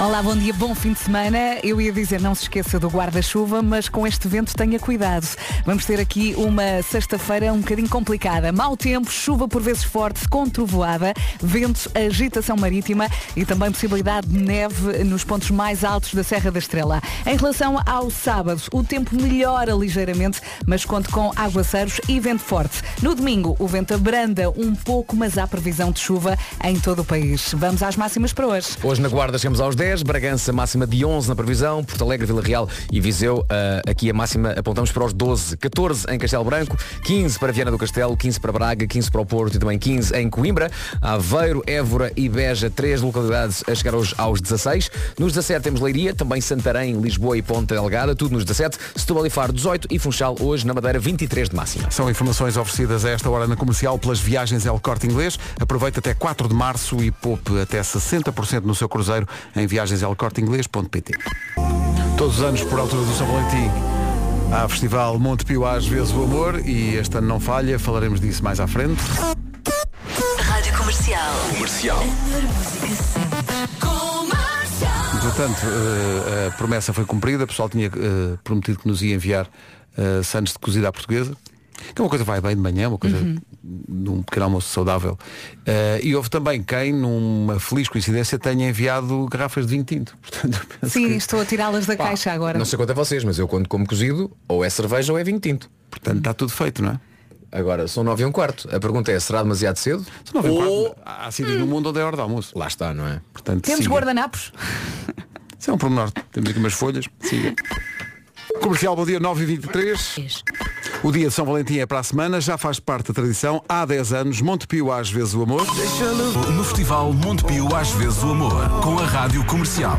S3: Olá, bom dia, bom fim de semana. Eu ia dizer não se esqueça do guarda-chuva, mas com este vento tenha cuidado. Vamos ter aqui uma sexta-feira um bocadinho complicada. Mau tempo, chuva por vezes forte, com trovoada, ventos, agitação marítima e também possibilidade de neve nos pontos mais altos da Serra da Estrela. Em relação ao sábado, o tempo melhora ligeiramente, mas conta com aguaceiros e vento forte. No domingo, o vento abranda um pouco, mas há previsão de chuva em todo o país. Vamos às máximas para hoje.
S7: Hoje na Guarda chegamos aos 10, Bragança máxima de 11 na previsão, Porto Alegre, Vila Real e Viseu, ah, aqui a máxima apontamos para os 12, 14 em Castelo Branco, 15 para Viana do Castelo, 15 para Braga, 15 para o Porto e também 15 em Coimbra, Aveiro, Évora e Beja, três localidades a chegar hoje aos 16. Nos 17 temos Leiria, também Santarém, Lisboa e Ponta Delgada, tudo nos 17, Setúbal e Faro 18 e Funchal hoje na Madeira 23 de máxima.
S1: São informações oferecidas a esta hora na comercial pelas viagens El Corte Inglês. Aproveite até 4 de março e poupe até 60% no seu cruzeiro em viagenselcorteinglês.pt. Todos os anos, por altura do São Valentim, há Festival Monte Pio às vezes o amor e este ano não falha, falaremos disso mais à frente.
S5: Rádio Comercial.
S1: Comercial. Entretanto, eh, a promessa foi cumprida, o pessoal tinha eh, prometido que nos ia enviar eh, sandes de cozida à portuguesa, que é uma coisa que vai bem de manhã, uma coisa de um pequeno almoço saudável. Eh, e houve também quem, numa feliz coincidência, tenha enviado garrafas de vinho tinto. Portanto, eu penso
S3: Sim,
S1: que-
S3: estou a tirá-las da caixa agora.
S7: Não sei quanto a vocês, mas eu quando como cozido, ou é cerveja ou é vinho tinto.
S1: Portanto, está tudo feito, não é?
S7: Agora, são nove e um quarto. A pergunta é, será demasiado cedo?
S1: São nove e um
S7: ou...
S1: Há sítios no mundo onde é hora de almoço.
S7: Lá está, não é?
S1: Portanto,
S3: Temos
S1: siga.
S3: guardanapos?
S1: Isso é um pormenor. Temos aqui umas folhas. Siga. Comercial, bom dia, 9h23. O dia de São Valentim é para a semana, já faz parte da tradição. Há 10 anos, Montepio às vezes o amor.
S22: No Festival Montepio às vezes o amor, com a Rádio Comercial.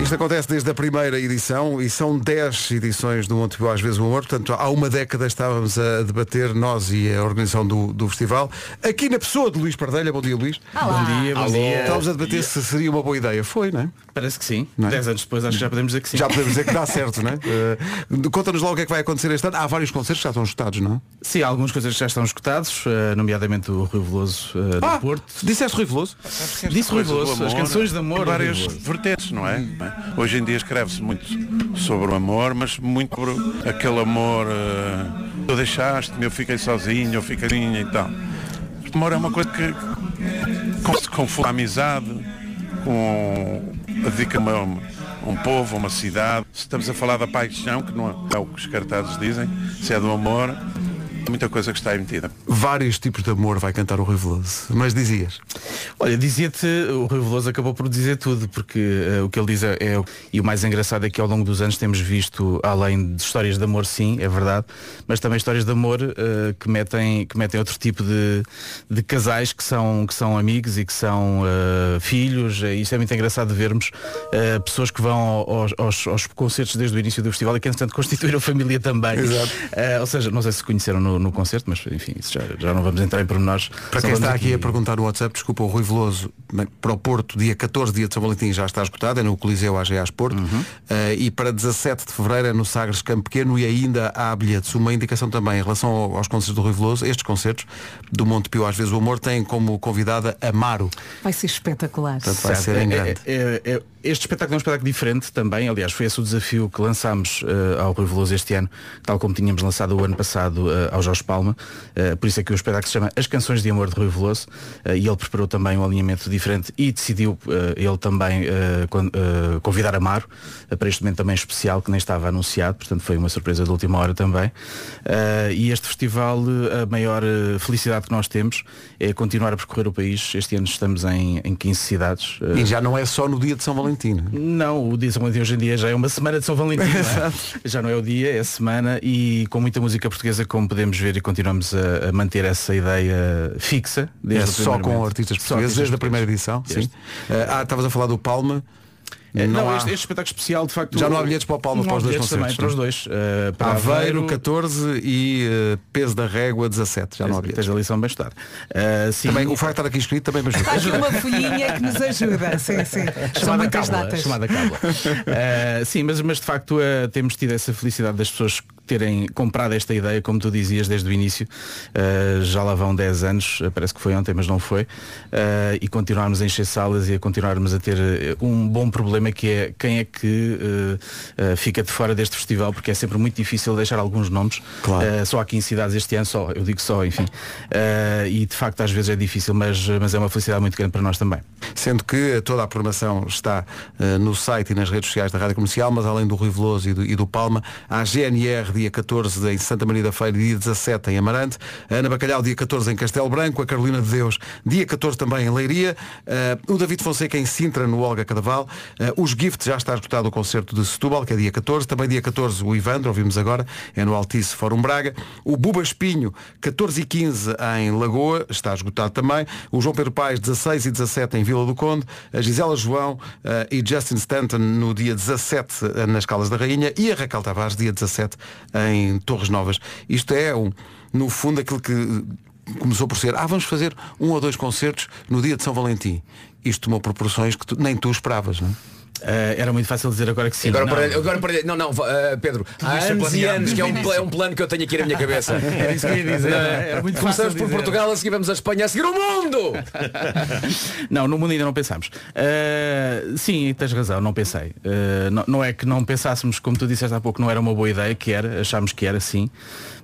S1: Isto acontece desde a primeira edição e são 10 edições do Montepio às vezes o amor. Portanto, há uma década estávamos a debater, nós e a organização do, do festival, aqui na pessoa de Luís Pardelha. Bom dia, Luís.
S15: Olá. Bom dia, bom
S1: Alô.
S15: dia.
S1: Estávamos a debater se seria uma boa ideia. Foi, não é?
S15: Parece que sim.
S1: Não é?
S15: Dez anos depois acho que já podemos dizer que sim.
S1: Já podemos dizer que dá certo, não é? Eh, Conta-nos lá o que é que vai acontecer este ano. Há vários concertos que já estão esgotados, não é?
S15: Sim, alguns coisas já estão escutados, eh, nomeadamente o Rui Veloso eh, do
S1: Ah,
S15: Porto.
S1: Disseste Rui Veloso?
S15: Disse Rui Veloso, as canções de amor.
S23: Várias
S15: do Rui Veloso.
S23: vertentes, não é? Hoje em dia escreve-se muito sobre o amor, mas muito por aquele amor. eh, tu deixaste-me, eu fiquei sozinho, eu fiquei sozinha e tal. O amor é uma coisa que com- se confunde a amizade com a dedicação a um, a um povo, a uma cidade. Se estamos a falar da paixão, que não é o que os cartazes dizem, se é do amor, há muita coisa que está aí metida.
S1: Vários tipos de amor vai cantar o Rui Veloso. Mas dizias.
S15: Olha, dizia-te, o Rui Veloso acabou por dizer tudo, porque eh, o que ele diz é, é- E o mais engraçado é que ao longo dos anos temos visto, além de histórias de amor, sim, é verdade, mas também histórias de amor eh, que, metem, que metem outro tipo de, de casais que são, que são amigos e que são eh, filhos. Eh, Isso é muito engraçado vermos eh, pessoas que vão ao- aos, aos- aos concertos desde o início do festival e que, entretanto, constituíram família também. Eh, ou seja, não sei se conheceram no, no concerto, mas enfim, isso já, já não vamos entrar em pormenores.
S1: Para
S15: Só
S1: quem
S15: vamos
S1: está aqui a perguntar no WhatsApp, desculpa, o Rui Veloso bem, para o Porto, dia 14, dia de São Valentim, já está esgotado, é no Coliseu AGAs Porto.
S15: Uhum.
S1: Eh, e para 17 de Fevereiro é no Sagres Campo Pequeno e ainda há bilhetes. Uma indicação também em relação ao- aos concertos do Rui Veloso, estes concertos do Monte Pio, às vezes o amor, têm como convidada Amaro.
S3: Vai ser espetacular.
S1: Portanto, vai ser em
S15: É-
S1: grande.
S15: é- é- é- este espetáculo é um espetáculo diferente também, aliás, foi esse o desafio que lançámos eh, ao Rui Veloso este ano, tal como tínhamos lançado o ano passado eh, ao Jorge Palma, Eh, por isso é que o espetáculo se chama As Canções de Amor de Rui Veloso, eh, e ele preparou também um alinhamento diferente e decidiu eh, ele também eh, con- eh, convidar Amaro eh, para este momento também especial que nem estava anunciado, portanto foi uma surpresa de última hora também. Eh, e este festival, eh, a maior eh, felicidade que nós temos é continuar a percorrer o país, este ano estamos em, em 15 cidades. eh,
S1: E já não é só no dia de São Valentim. não é?
S15: não, o dia de São Valentim hoje em dia já é uma semana de São Valentim. não é? já não é o dia, é a semana e com muita música portuguesa, como podemos ver, e continuamos a, a manter essa ideia fixa.
S1: É
S15: Desde o
S1: só
S15: primeiro
S1: com
S15: momento.
S1: artistas
S15: Só
S1: portugueses, desde a
S15: portugueses.
S1: primeira edição. Sim.
S15: Este.
S1: Eh, ah, estavas a falar do Palma.
S15: Eh, Não,
S1: há-
S15: este, este espetáculo especial, de facto.
S1: Já não há bilhetes para o Palma
S15: não
S1: para os
S15: há
S1: dois
S15: bilhetes Também,
S1: concertos. é? Ah,
S15: para os dois. eh, para
S1: Aveiro 14 e eh, peso da régua 17. Já não há bilhetes.
S15: a lição bem estar.
S1: também, o facto de estar aqui escrito também me ajuda.
S3: Está aqui uma folhinha que nos ajuda. Sim, sim. São
S15: Chamada
S3: muitas
S15: cábula,
S3: datas.
S15: chamada cábula. Uh, sim, mas, mas de facto uh, temos tido essa felicidade das pessoas terem comprado esta ideia, como tu dizias desde o início, Uh, já lá vão 10 anos, uh, parece que foi ontem, mas não foi, Uh, e continuarmos a encher salas e a continuarmos a ter uh, um bom problema que é quem é que uh, uh, fica de fora deste festival, porque é sempre muito difícil deixar alguns nomes, Uh, só há 15 cidades este ano, só, eu digo só, enfim, Uh, e de facto às vezes é difícil, mas, mas é uma felicidade muito grande para nós também.
S1: Sendo que toda a programação está eh, no site e nas redes sociais da Rádio Comercial, mas além do Rui Veloso e do, e do Palma, há GNR dia 14 em Santa Maria da Feira e dia 17 em Amarante, a Ana Bacalhau dia 14 em Castelo Branco, a Carolina de Deus dia 14 também em Leiria, eh, o David Fonseca em Sintra, no Olga Cadaval, eh, os Gift já está esgotado o concerto de Setúbal, que é dia 14, também dia 14 o Ivandro, ouvimos agora, é no Altice Fórum Braga, o Buba Espinho 14 e 15 em Lagoa, está esgotado também, o João Pedro Paes 16 e 17 em Vila do Conde, a Gisela João eh, e Justin Stanton no dia 17 eh, nas Calas da Rainha e a Raquel Tavares dia 17 em Torres Novas. Isto é, um, no fundo, aquilo que eh, começou por ser, ah, vamos fazer um ou dois concertos no dia de São Valentim. Isto tomou proporções que tu- nem tu esperavas, não é?
S15: Uh, era muito fácil dizer agora que sim.
S7: Agora
S15: não.
S7: para, agora para não, não, eh, Pedro, há
S15: isto é
S7: anos e
S15: planeado.
S7: anos que é um, pla- é um plano que eu tenho aqui na minha cabeça.
S15: Era isso que eu ia dizer, não é? Era muito fácil
S7: Começamos por
S15: dizer.
S7: Portugal, a seguir vamos a Espanha, a seguir o mundo!
S15: não, no mundo ainda não pensámos. Uh, sim, tens razão, não pensei. Uh, não, não é que não pensássemos, como tu disseste há pouco, não era uma boa ideia, que era, achámos que era sim,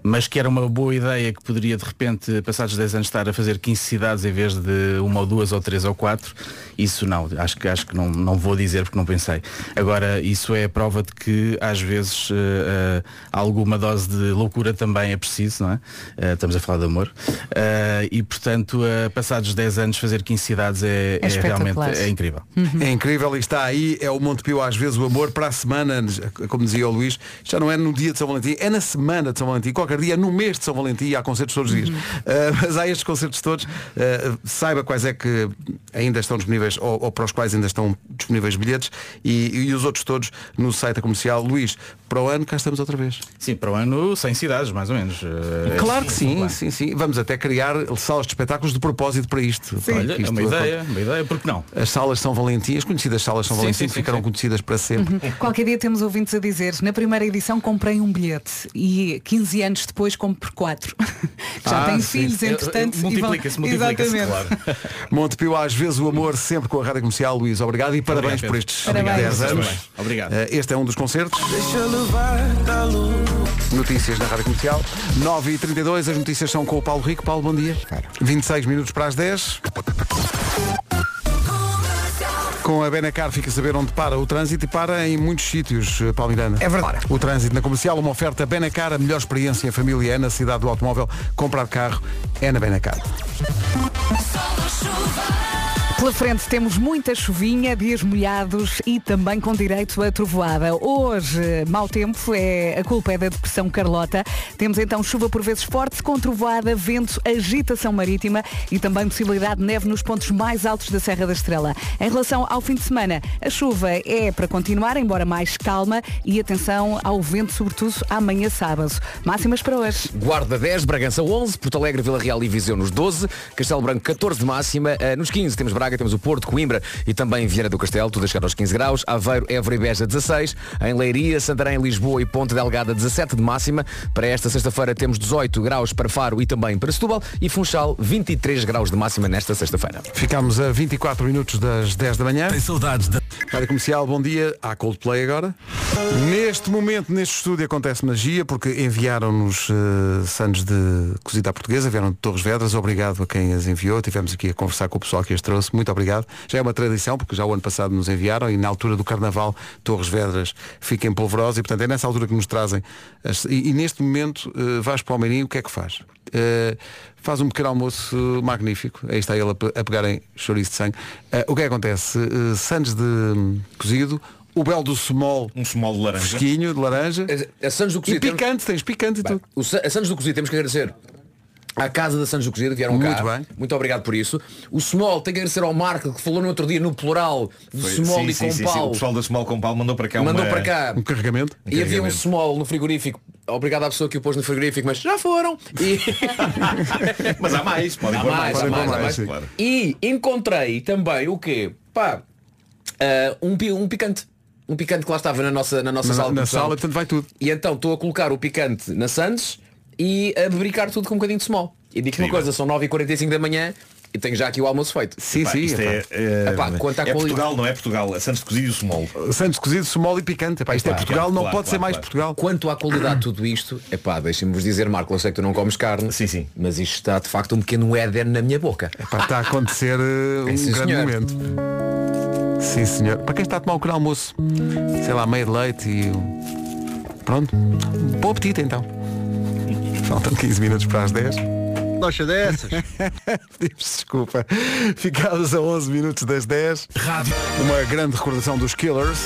S15: mas que era uma boa ideia que poderia de repente, passados 10 anos, estar a fazer 15 cidades em vez de uma ou duas ou três ou quatro. Isso não, acho que, acho que não, não vou dizer porque não pensei. Agora, isso é a prova de que às vezes eh, eh, alguma dose de loucura também é preciso, não é? Eh, estamos a falar de amor. Eh, e portanto, eh, passados 10 anos, fazer 15 cidades é, é realmente é incrível.
S1: É incrível e está aí, é o Monte Pio às vezes o amor para a semana, como dizia o Luís, já não é no dia de São Valentim, é na semana de São Valentim, qualquer dia, é no mês de São Valentim, e há concertos todos os dias. Ah, mas há estes concertos todos, ah, saiba quais é que ainda estão disponíveis ou, ou para os quais ainda estão disponíveis bilhetes e, e os outros todos no site da comercial. Luís, para o ano cá estamos outra vez.
S15: Sim, para o ano 100 cidades, mais ou menos. Eh,
S1: Claro que sim, sim, sim. Vamos até criar salas de espetáculos de propósito para isto.
S15: Sim.
S1: Para
S15: Olha,
S1: que isto
S15: é uma ideia,
S1: aconte-
S15: uma ideia, porque não?
S1: As salas São Valentim, as conhecidas salas São
S15: Sim,
S1: Valentim
S15: sim,
S1: que
S15: sim,
S1: ficaram
S15: sim.
S1: conhecidas para sempre.
S3: Qualquer dia temos ouvintes a dizer, na primeira edição comprei um bilhete e 15 anos depois compro quatro. Já
S1: Ah,
S3: tenho
S1: sim.
S3: filhos,
S1: Eh, eh,
S3: entretanto. e vão-
S1: multiplica-se, multiplica-se,
S3: Exatamente.
S1: claro. Montepio, às vezes o amor sempre com a Rádio Comercial, Luís. Obrigado e parabéns
S15: Pedro.
S1: por estes
S15: Parabéns.
S1: 10 anos.
S15: Parabéns. Obrigado.
S1: Eh, Este é um dos concertos. Notícias na Rádio Comercial. 9h32, as notícias são com o Paulo Rico. Paulo, bom dia. 26 minutos para as 10. Com a Benacar fica a saber onde para o trânsito e para em muitos sítios, eh, Paulo Miranda. É verdade. O trânsito na comercial, uma oferta Benacar, a melhor experiência em família é na cidade do automóvel. Comprar carro é na Benacar.
S3: Pela frente temos muita chuvinha, dias molhados e também com direito a trovoada. Hoje, mau tempo, é a culpa é da depressão Carlota. Temos então chuva por vezes forte, com trovoada, vento, agitação marítima e também possibilidade de neve nos pontos mais altos da Serra da Estrela. Em relação ao fim de semana, a chuva é para continuar, embora mais calma, e atenção ao vento, sobretudo amanhã sábado. Máximas para hoje.
S7: Guarda 10, Bragança 11, Porto Alegre, Vila Real e Viseu nos 12, Castelo Branco 14 de máxima, eh, nos 15 temos Braga, temos o Porto, Coimbra e também Vieira do Castelo, tudo a chegar aos 15 graus, Aveiro, Évora e Beja 16, em Leiria, Santarém, Lisboa e Ponte Delgada 17 de máxima, para esta sexta-feira temos 18 graus para Faro e também para Setúbal e Funchal 23 graus de máxima nesta sexta-feira.
S1: Ficamos a 24 minutos das 10 da manhã. Tem
S22: saudades da
S1: Rádio Comercial, bom dia. Há Coldplay agora. Neste momento, neste estúdio, acontece magia, porque enviaram-nos eh, sandes de cozida à portuguesa, vieram de Torres Vedras. Obrigado a quem as enviou. Tivemos aqui a conversar com o pessoal que as trouxe. Muito obrigado. Já é uma tradição, porque já o ano passado nos enviaram e na altura do Carnaval, Torres Vedras fica em polvorosa e, portanto, é nessa altura que nos trazem. as- E, e neste momento, eh, Vasco Palmeirinho, o que é que faz? Eh, faz um pequeno almoço magnífico. Aí está ele a, pe- a pegar em chouriço de sangue. Eh, o que é que acontece? Eh, sandes de hum, cozido, o belo do small.
S10: Um small de laranja.
S1: Fresquinho, de laranja.
S7: A Santos do
S1: E picante, tens picante e tudo.
S7: O Sa- a Santos do Cozido, temos que agradecer à casa da Santos do Cozido, vieram
S1: Muito
S7: cá.
S1: bem.
S7: Muito obrigado por isso. O Small tem que agradecer ao Marco, que falou no outro dia no plural de
S10: Foi-
S7: Small
S10: sim,
S7: e
S10: sim,
S7: com
S10: sim, sim.
S7: pau.
S10: O pessoal da Small com pau mandou para cá
S7: Mandou
S10: uma-
S7: para cá.
S1: Um carregamento.
S7: ah, E havia um Small no frigorífico. Obrigado à pessoa que o pôs no frigorífico, mas já foram. E...
S10: Mas há mais, podem
S7: Há
S10: pôr
S7: mais,
S10: mais,
S7: há
S10: podem
S7: mais,
S10: pôr
S7: há
S10: mais,
S7: mais.
S10: claro.
S7: E encontrei também o quê? Pá, ah, um, pi- um picante. Um picante que lá estava na nossa, na nossa
S1: Na-
S7: sala de
S1: na
S7: produção.
S1: sala, portanto, vai tudo.
S7: E então estou a colocar o picante na Sandes e a brincar tudo com um bocadinho de small. E digo uma coisa, são 9h45 da manhã e tenho já aqui o almoço feito.
S10: Epá, isto é, eh,
S7: Epá, quanto à qualidade-
S10: é Portugal, não é Portugal. A Santos de Cozido e o Small.
S1: Santos cozido, small e picante. Epá, isto é
S7: Claro,
S1: Portugal,
S7: claro,
S1: não
S7: claro,
S1: pode ser
S7: claro,
S1: mais
S7: claro.
S1: Portugal.
S7: Quanto à qualidade de tudo isto, é pá, deixem-me vos dizer, Marco, eu sei que tu não comes carne, sim, sim. mas isto está de facto um pequeno Éden na minha boca.
S1: Epá, está a acontecer eh, um
S7: É, sim,
S1: grande
S7: senhor.
S1: momento. Sim, senhor. Para quem está a tomar um pequeno almoço, sei lá, meio de leite e. um- Pronto. Bom apetite então. Faltam 15 minutos para as 10.
S6: Nossa dessas.
S1: Pedimos desculpa. Ficámos a 11 minutos das 10. Uma grande recordação dos Killers.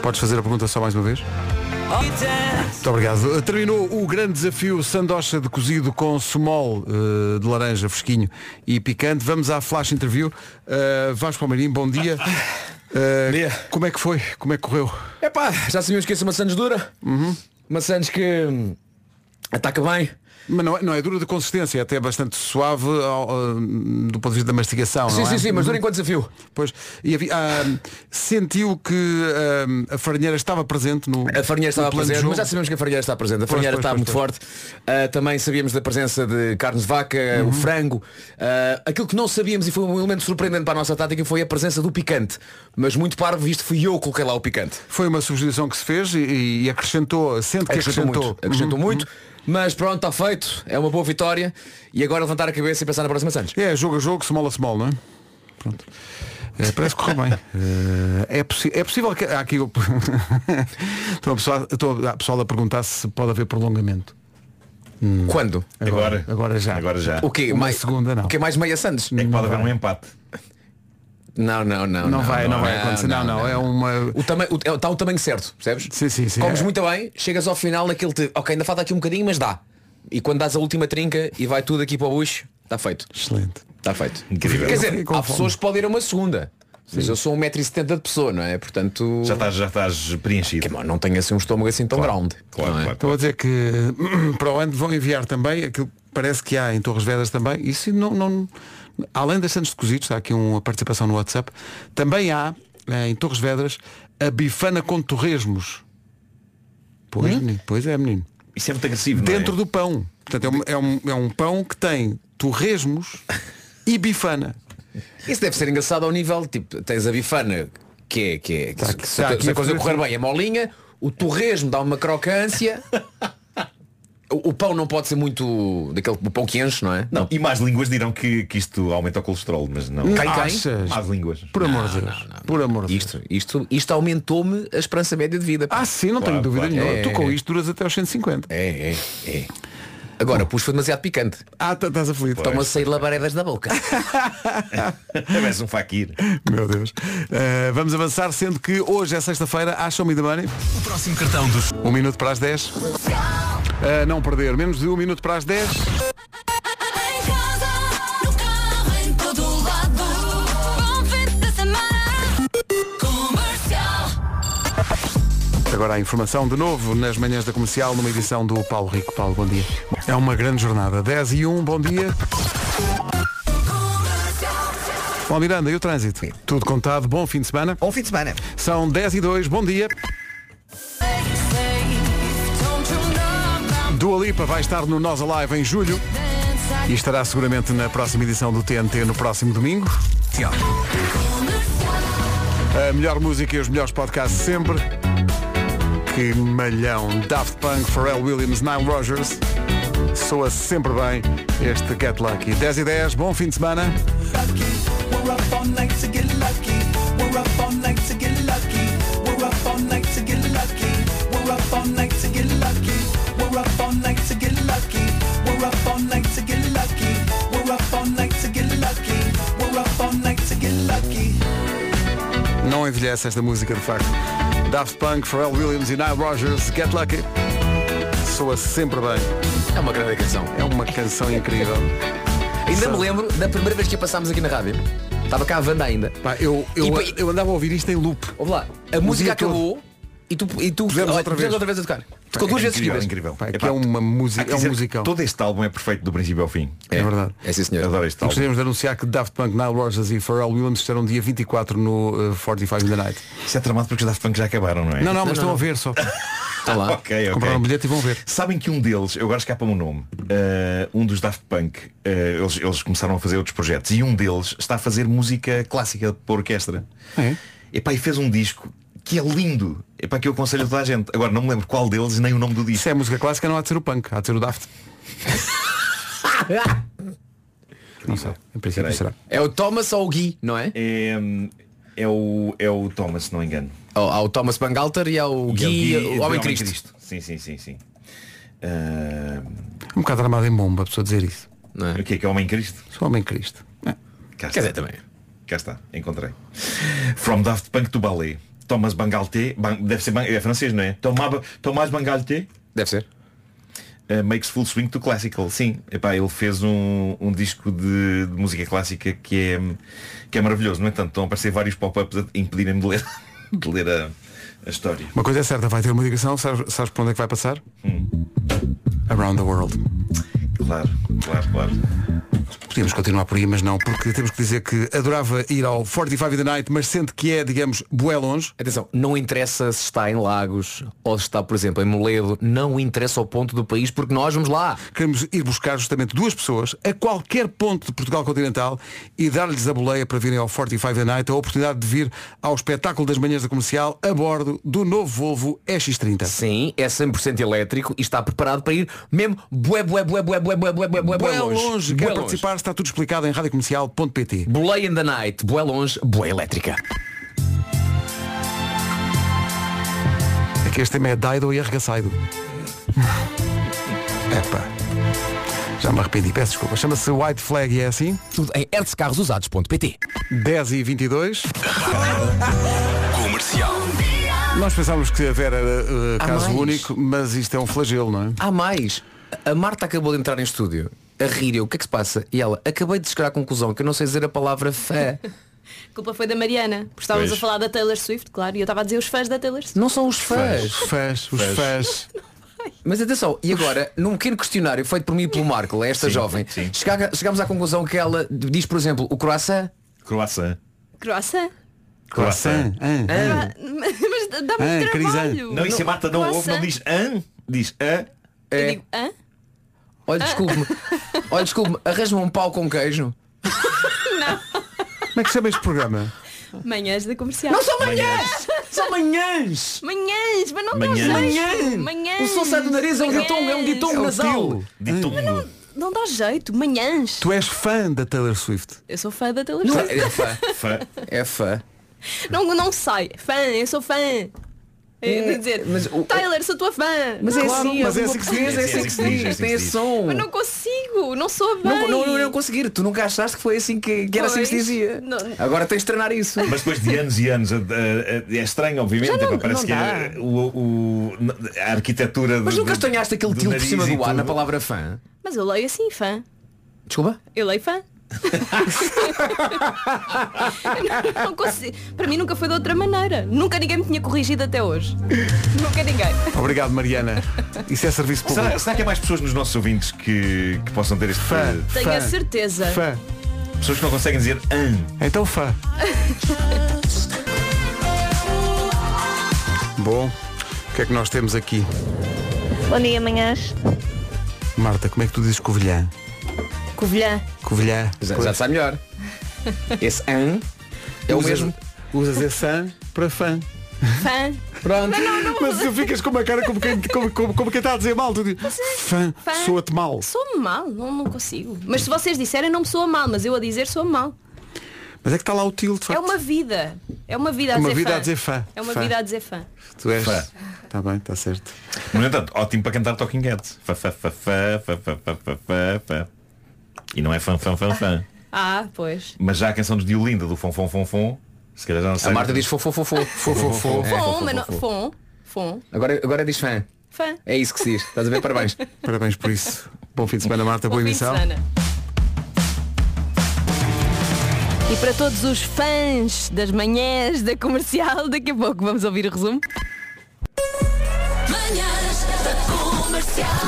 S1: Podes fazer a pergunta só mais uma vez? Muito obrigado. Eh, Terminou o grande desafio sandocha de cozido com somol eh, de laranja fresquinho e picante. Vamos à flash interview. Eh, Vasco Palmeirim, bom dia. Eh, Como é que foi? Como é que correu?
S7: É pá, já sabíamos que ia ser uma Sandes dura?
S1: Uhum.
S7: Uma Sandes que hum, ataca bem.
S1: Mas não é, não é dura de consistência, é até bastante suave ao- ao- do ponto de vista da mastigação.
S7: Sim,
S1: não é?
S7: sim, sim, mas dura
S1: Uhum.
S7: enquanto desafio.
S1: Pois, e havia- ah, sentiu que ah, a farinheira estava presente no.
S7: A farinheira estava
S1: no plano de
S7: presente,
S1: jogo?
S7: mas já sabemos que a farinheira está presente. A
S1: Pois,
S7: farinheira
S1: pois,
S7: está
S1: pois,
S7: muito
S1: pois.
S7: forte. Ah, também sabíamos da presença de carne de vaca,
S1: Uhum.
S7: o frango. Ah, aquilo que não sabíamos e foi um elemento surpreendente para a nossa tática foi a presença do picante. Mas muito parvo, visto fui eu que coloquei lá o picante.
S1: Foi uma sugestão que se fez e, e acrescentou, sente que
S7: Acrescentou
S1: acrescentou.
S7: muito, acrescentou
S1: Uhum,
S7: muito. Mas pronto, está feito, é uma boa vitória e agora levantar a cabeça e pensar na próxima Santos.
S1: É, jogo a jogo, small a small, não é? Pronto. É, parece que correu bem. Eh, é, possi- é possível que. Há aqui o- Estão a pessoa, estou a, a pessoal a perguntar se pode haver prolongamento.
S15: Hum.
S7: Quando?
S1: Agora. Agora já. Agora
S10: já.
S7: O quê?
S1: Uma
S7: Mais-
S1: segunda não.
S7: O que mais meia Santos? É que
S10: pode haver um empate.
S7: Não, não, não.
S1: Não vai- não vai acontecer. Não, não, é
S7: uma. O tama o, é- está o tamanho certo, percebes?
S1: Sim, sim, sim.
S7: Comes
S1: É.
S7: muito bem, chegas ao final naquele te... Ok, ainda falta aqui um bocadinho, mas dá. E quando dás a última trinca e vai tudo aqui para o bucho, está feito.
S1: Excelente.
S7: Está feito.
S10: Incrível.
S7: Quer
S10: Eu
S7: dizer,
S10: fico com
S7: há
S10: fome.
S7: pessoas que podem ir a uma segunda. Mas eu sou 1,70m de pessoa, não é? Portanto. Já
S10: estás, já estás preenchido.
S7: não tenho assim um estômago assim tão grande. Claro,
S1: Estou a dizer que para o ano vão enviar também aquilo que parece que há em Torres Vedras também. Isso não, não- além das Santos de Cozidos, há aqui uma participação no WhatsApp, também há eh, em Torres Vedras a bifana com torresmos. Pois,
S7: Hum?
S1: menino, pois é, menino.
S10: Isso é muito agressivo.
S1: Dentro do pão. Portanto, é um, é um- é um pão que tem torresmos e bifana.
S7: Isso deve ser engraçado ao nível, tipo, tens a bifana, que é, que é, que se, se
S1: tá
S7: a co-
S1: aqui
S7: se
S1: a
S7: a coisa
S1: fotografia.
S15: assim.
S7: correr bem, é molinha, o torresmo dá uma crocância. O o pão não pode ser muito daquele o pão que enche, não é?
S10: Não, e mais línguas dirão que, que isto aumenta o colesterol, mas não.
S7: Quem, quem?
S10: Más línguas.
S1: Por amor de Deus. Por amor de
S7: Deus. Isto, isto, isto aumentou-me a esperança média de vida.
S1: Ah, sim, não tenho dúvida nenhuma. Tu com isto duras até aos 150.
S7: É, é, é. Agora, pus foi demasiado picante.
S1: Ah, estás aflito.
S7: Estão a sair labaredas da boca.
S10: Parece um faquir.
S1: Meu Deus. Eh, vamos avançar, sendo que hoje é sexta-feira, há Show Me the Money. O próximo cartão dos. Um minuto para as 10. A não perder, menos de um minuto para as 10.
S5: Em todo lado. Bom fim de semana. Comercial.
S1: Agora a informação de novo nas manhãs da comercial, numa edição do Paulo Rico. Paulo, bom dia. É uma grande jornada. 10 e 1, bom dia. Bom, Miranda, e o trânsito? Tudo contado, bom fim de semana. Bom fim de semana. São 10 e 2, bom dia. Dua Lipa vai estar no Nós Alive em julho e estará seguramente na próxima edição do TNT no próximo domingo. A melhor música e os melhores podcasts sempre. Que malhão! Daft Punk, Pharrell Williams, Nile Rogers. Soa sempre bem este Get Lucky. 10 e 10, bom fim de semana.
S5: We're up all night to get lucky. We're up all night to get lucky. We're up all night to get lucky. We're up all night to get lucky. We're up all night to get lucky. We're up all night to get lucky. We're up all night to get lucky. We're up all night to get lucky.
S1: Não envelhece esta música, de facto. Daft Punk, Pharrell Williams e Nile Rogers, Get Lucky. Soa sempre bem.
S7: É uma grande canção.
S1: É uma canção incrível.
S7: Ainda me lembro da primeira vez que a passámos aqui na rádio. Estava cá a Wanda ainda.
S1: eu,
S7: E
S1: eu,
S7: pa-
S1: eu andava a ouvir isto em loop.
S7: Vamos lá. A música acabou e tu, e tu
S1: Pusemos
S7: olha,
S1: outra vez.
S7: pusemos outra vez a tocar. Tocou duas vezes seguidas.
S10: É incrível.
S1: Pá,
S10: Epá,
S1: que é uma
S10: há que
S1: música, é um
S10: dizer que
S1: musical.
S10: Todo este álbum é perfeito do princípio ao fim.
S1: É verdade.
S7: É sim, senhor.
S10: Adoro este
S1: E
S10: álbum.
S1: gostaríamos de anunciar que Daft Punk, Nile Rogers e Pharrell Williams estarão dia 24 no eh, 45 da Night.
S10: Isso é tramado porque os Daft Punk já acabaram, não é?
S1: Não, não, mas estão a ver só.
S10: Está lá. ok, ok.
S1: Compraram um bilhete e vão ver.
S10: Sabem que um deles, eu agora escapa-me o nome, eh, um dos Daft Punk, eh, eles, eles começaram a fazer outros projetos e um deles está a fazer música clássica para orquestra.
S1: É?
S10: Epá, e fez um disco que é lindo. Epá, que eu aconselho a toda a gente. Agora não me lembro qual deles e nem o nome do disco.
S1: Se é música clássica não há de ser o punk, há de ser o Daft. Não sei. Em princípio será.
S7: É o Thomas ou o Gui, não é?
S10: É, o, é o Thomas, se não engano.
S7: Há o Thomas Bangalter e há o
S10: E é
S7: Gui, o Homem Cristo.
S10: Sim, sim, sim, sim. Ah,
S1: Um bocado armado em bomba, a pessoa dizer isso.
S10: O que é que é Homem Cristo?
S1: Sou um homem Cristo. É.
S10: Cá está. Cá está, encontrei. From Daft Punk do Ballet. Thomas Bangalter. Ban- deve ser ban- é francês, não é? Tomaba, Thomas Bangalter.
S7: Deve ser.
S10: makes full swing to classical. Sim, epá, ele fez um, um disco de, de música clássica que é, que é maravilhoso. No entanto, estão a aparecer vários pop-ups a impedirem-me de ler, de ler a, a história.
S1: Uma coisa é certa, vai ter uma ligação, sabes, sabes por onde é que vai passar?
S10: Hum.
S1: Around the World.
S10: Claro, claro, claro.
S1: Podíamos continuar por aí, mas não, porque temos que dizer que adorava ir ao 45 in the Night, mas sente que é, digamos, bué longe.
S7: Atenção, não interessa se está em Lagos ou se está, por exemplo, em Moledo, não interessa o ponto do país, porque nós vamos lá.
S1: Queremos ir buscar justamente duas pessoas a qualquer ponto de Portugal continental e dar-lhes a boleia para virem ao 45 in the Night, a oportunidade de vir ao espetáculo das manhãs da comercial a bordo do novo Volvo EX30.
S7: Sim, é 100% elétrico e está preparado para ir mesmo bué, bué, bué, bué, bué, bué, bué, bué, bué,
S1: Bué
S7: bué
S1: longe,
S7: longe. Bué
S1: quer
S7: longe.
S1: participar, está tudo explicado em radiocomercial.pt.
S7: Boleia in the night, bué longe, bué elétrica.
S1: Aqui este tema é Daido e Arregaçaido. Epá. Já me arrependi, peço desculpa. Chama-se White Flag e é assim?
S7: Tudo em hertzcarrosusados.pt
S1: 10 e 22.
S22: Comercial.
S1: Nós pensávamos que a Vera era eh,
S7: Há
S1: caso
S7: Ah, mais?
S1: único, mas isto é um flagelo, não é?
S7: Há mais. A Marta acabou de entrar em estúdio a rir. Eu, o que é que se passa? E ela, acabei de chegar à conclusão que eu não sei dizer a palavra fé.
S6: culpa foi da Mariana, porque estávamos
S7: Pois.
S6: a falar da Taylor Swift, claro, e eu estava a dizer os fãs da Taylor Swift.
S7: Não são os fãs.
S1: Fãs, os fãs.
S7: Mas atenção, e agora, num pequeno questionário feito por mim e pelo Marco, a esta Tá jovem, chega- chegámos à conclusão que ela diz, por exemplo, o croissant.
S10: Croissant.
S6: Croissant?
S1: Croissant.
S7: É.
S6: Cro-
S7: Hum.
S6: Mas
S7: Ah,
S6: dá muito trabalho.
S10: Não, é e se a Marta não ouve, não
S6: Croissant.
S10: diz an, diz a.
S7: É.
S6: Eu digo, hã?
S7: Olha, desculpe-me. Olha, desculpe-me, arranja-me um pau com queijo.
S1: Como é que chama este programa?
S6: Manhãs da comercial.
S7: Não são manhãs! são manhãs!
S6: Manhãs, mas não
S7: Manhãs.
S6: dá
S7: Manhã.
S6: jeito. Manhãs.
S7: O som sai do nariz, é um
S6: Manhãs.
S7: ditongo, é um ditongo nasal.
S6: Mas não, não dá jeito. Manhãs.
S1: Tu és fã da Taylor Swift.
S7: É
S6: Eu sou fã da Taylor
S1: Não.
S6: Swift.
S1: É fã. É fã.
S6: Não, não sai. Fã, eu sou fã. É, de dizer, Taylor, sou tua fã.
S7: Mas é
S6: Claro,
S7: assim, mas é assim que se diz, é assim que se diz, tem esse som.
S6: Mas não consigo, não sou bem.
S7: Não, não, não, não conseguir, tu nunca achaste que foi assim que, que era assim que se
S6: Pois,
S7: dizia.
S6: não-
S7: Agora tens de treinar isso.
S10: Mas depois de anos e anos, a- a- a- é estranho, obviamente,
S7: Já não-
S10: epá, parece
S7: não
S10: que é
S7: dá.
S10: o, o- a arquitetura
S7: Mas
S10: do-
S7: nunca
S10: do-
S7: estranhaste aquele
S10: do
S7: til por
S10: nariz
S7: cima
S10: e
S7: do ar na
S10: tudo.
S7: palavra fã?
S6: Mas eu leio assim, fã.
S7: Desculpa?
S6: Eu leio fã. não, não consigo. Para mim nunca foi de outra maneira. Nunca ninguém me tinha corrigido até hoje. Nunca ninguém.
S1: Obrigado, Mariana. Isso é serviço público.
S10: Será, será que há mais pessoas nos nossos ouvintes que, que possam ter este fã?
S6: Tenho a certeza.
S1: Fã.
S10: Pessoas que não conseguem dizer "Hum." an.
S1: Então fã. Bom, o que é que nós temos aqui?
S8: Bom dia, manhãs.
S1: Marta, como é que tu dizes Covilhã?
S6: Covilhã.
S1: Covilhã.
S7: Já, já está melhor. Esse an é o
S1: Usas-
S7: mesmo.
S1: Usas esse an para fã.
S6: Fã.
S1: Pronto. Mas tu ficas com uma cara como quem, como, como, como quem está a dizer mal. Tu dizes, fã,
S6: é Fã.
S1: soa-te mal.
S6: Sou mal, não, não consigo. Mas se vocês disserem não me soa mal, mas eu a dizer sou mal.
S1: Mas é que está lá o tilt. de
S6: É
S1: facto.
S6: uma vida. É uma vida a
S1: Uma
S6: dizer
S1: vida
S6: fã.
S1: a dizer fã.
S6: É uma
S1: Fã.
S6: vida a dizer fã.
S1: Tu és.
S10: Fã.
S1: Está bem, está certo.
S10: No entanto, ótimo para cantar Talking Heads. Fã, fã, fã, fã, fã, fã, fã, fã, fã, fã. E não é fã, fã, fã, fã.
S6: Ah, pois.
S10: Mas já a canção de Diolinda do Fom Fom Fom Fom, se calhar já não sei.
S7: Marta diz fom, fom, fom, fom. Fom, fom, fom.
S10: É,
S6: Fom, mas não- fom, fom,
S7: Agora, agora diz fã.
S6: fã.
S7: É isso que se diz. Estás a ver? Parabéns.
S1: Parabéns por isso. Bom fim de semana, Marta. Boa
S6: Fim de
S1: emissão.
S6: semana. E para todos os fãs das manhãs da comercial, daqui a pouco vamos ouvir o resumo.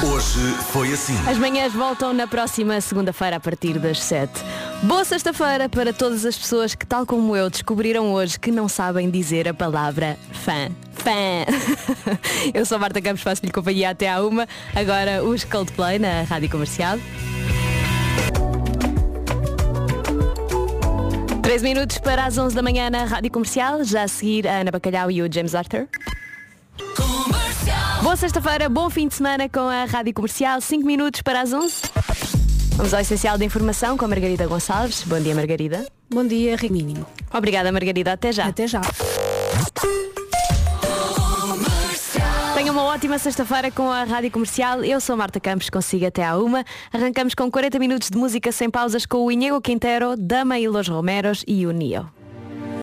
S22: Hoje foi assim.
S6: As manhãs voltam na próxima segunda-feira a partir das 7. Boa sexta-feira para todas as pessoas que, tal como eu, descobriram hoje que não sabem dizer a palavra fã. Fã! Eu sou a Marta Campos, faço-lhe companhia até à uma. Agora os Coldplay na Rádio Comercial. 13 minutos para as 11 da manhã na Rádio Comercial. Já a seguir a Ana Bacalhau e o James Arthur. Boa sexta-feira, bom fim de semana com a Rádio Comercial. 5 minutos para as 11. Vamos ao essencial da informação com a Margarida Gonçalves. Bom dia, Margarida.
S9: Bom dia, Rico Mínimo.
S6: Obrigada, Margarida. Até já.
S9: Até já.
S6: Tenha uma ótima sexta-feira com a Rádio Comercial. Eu sou Marta Campos, consigo até à uma. Arrancamos com 40 minutos de música sem pausas com o Iñigo Quintero, Dama e Los Romeros e o Nio.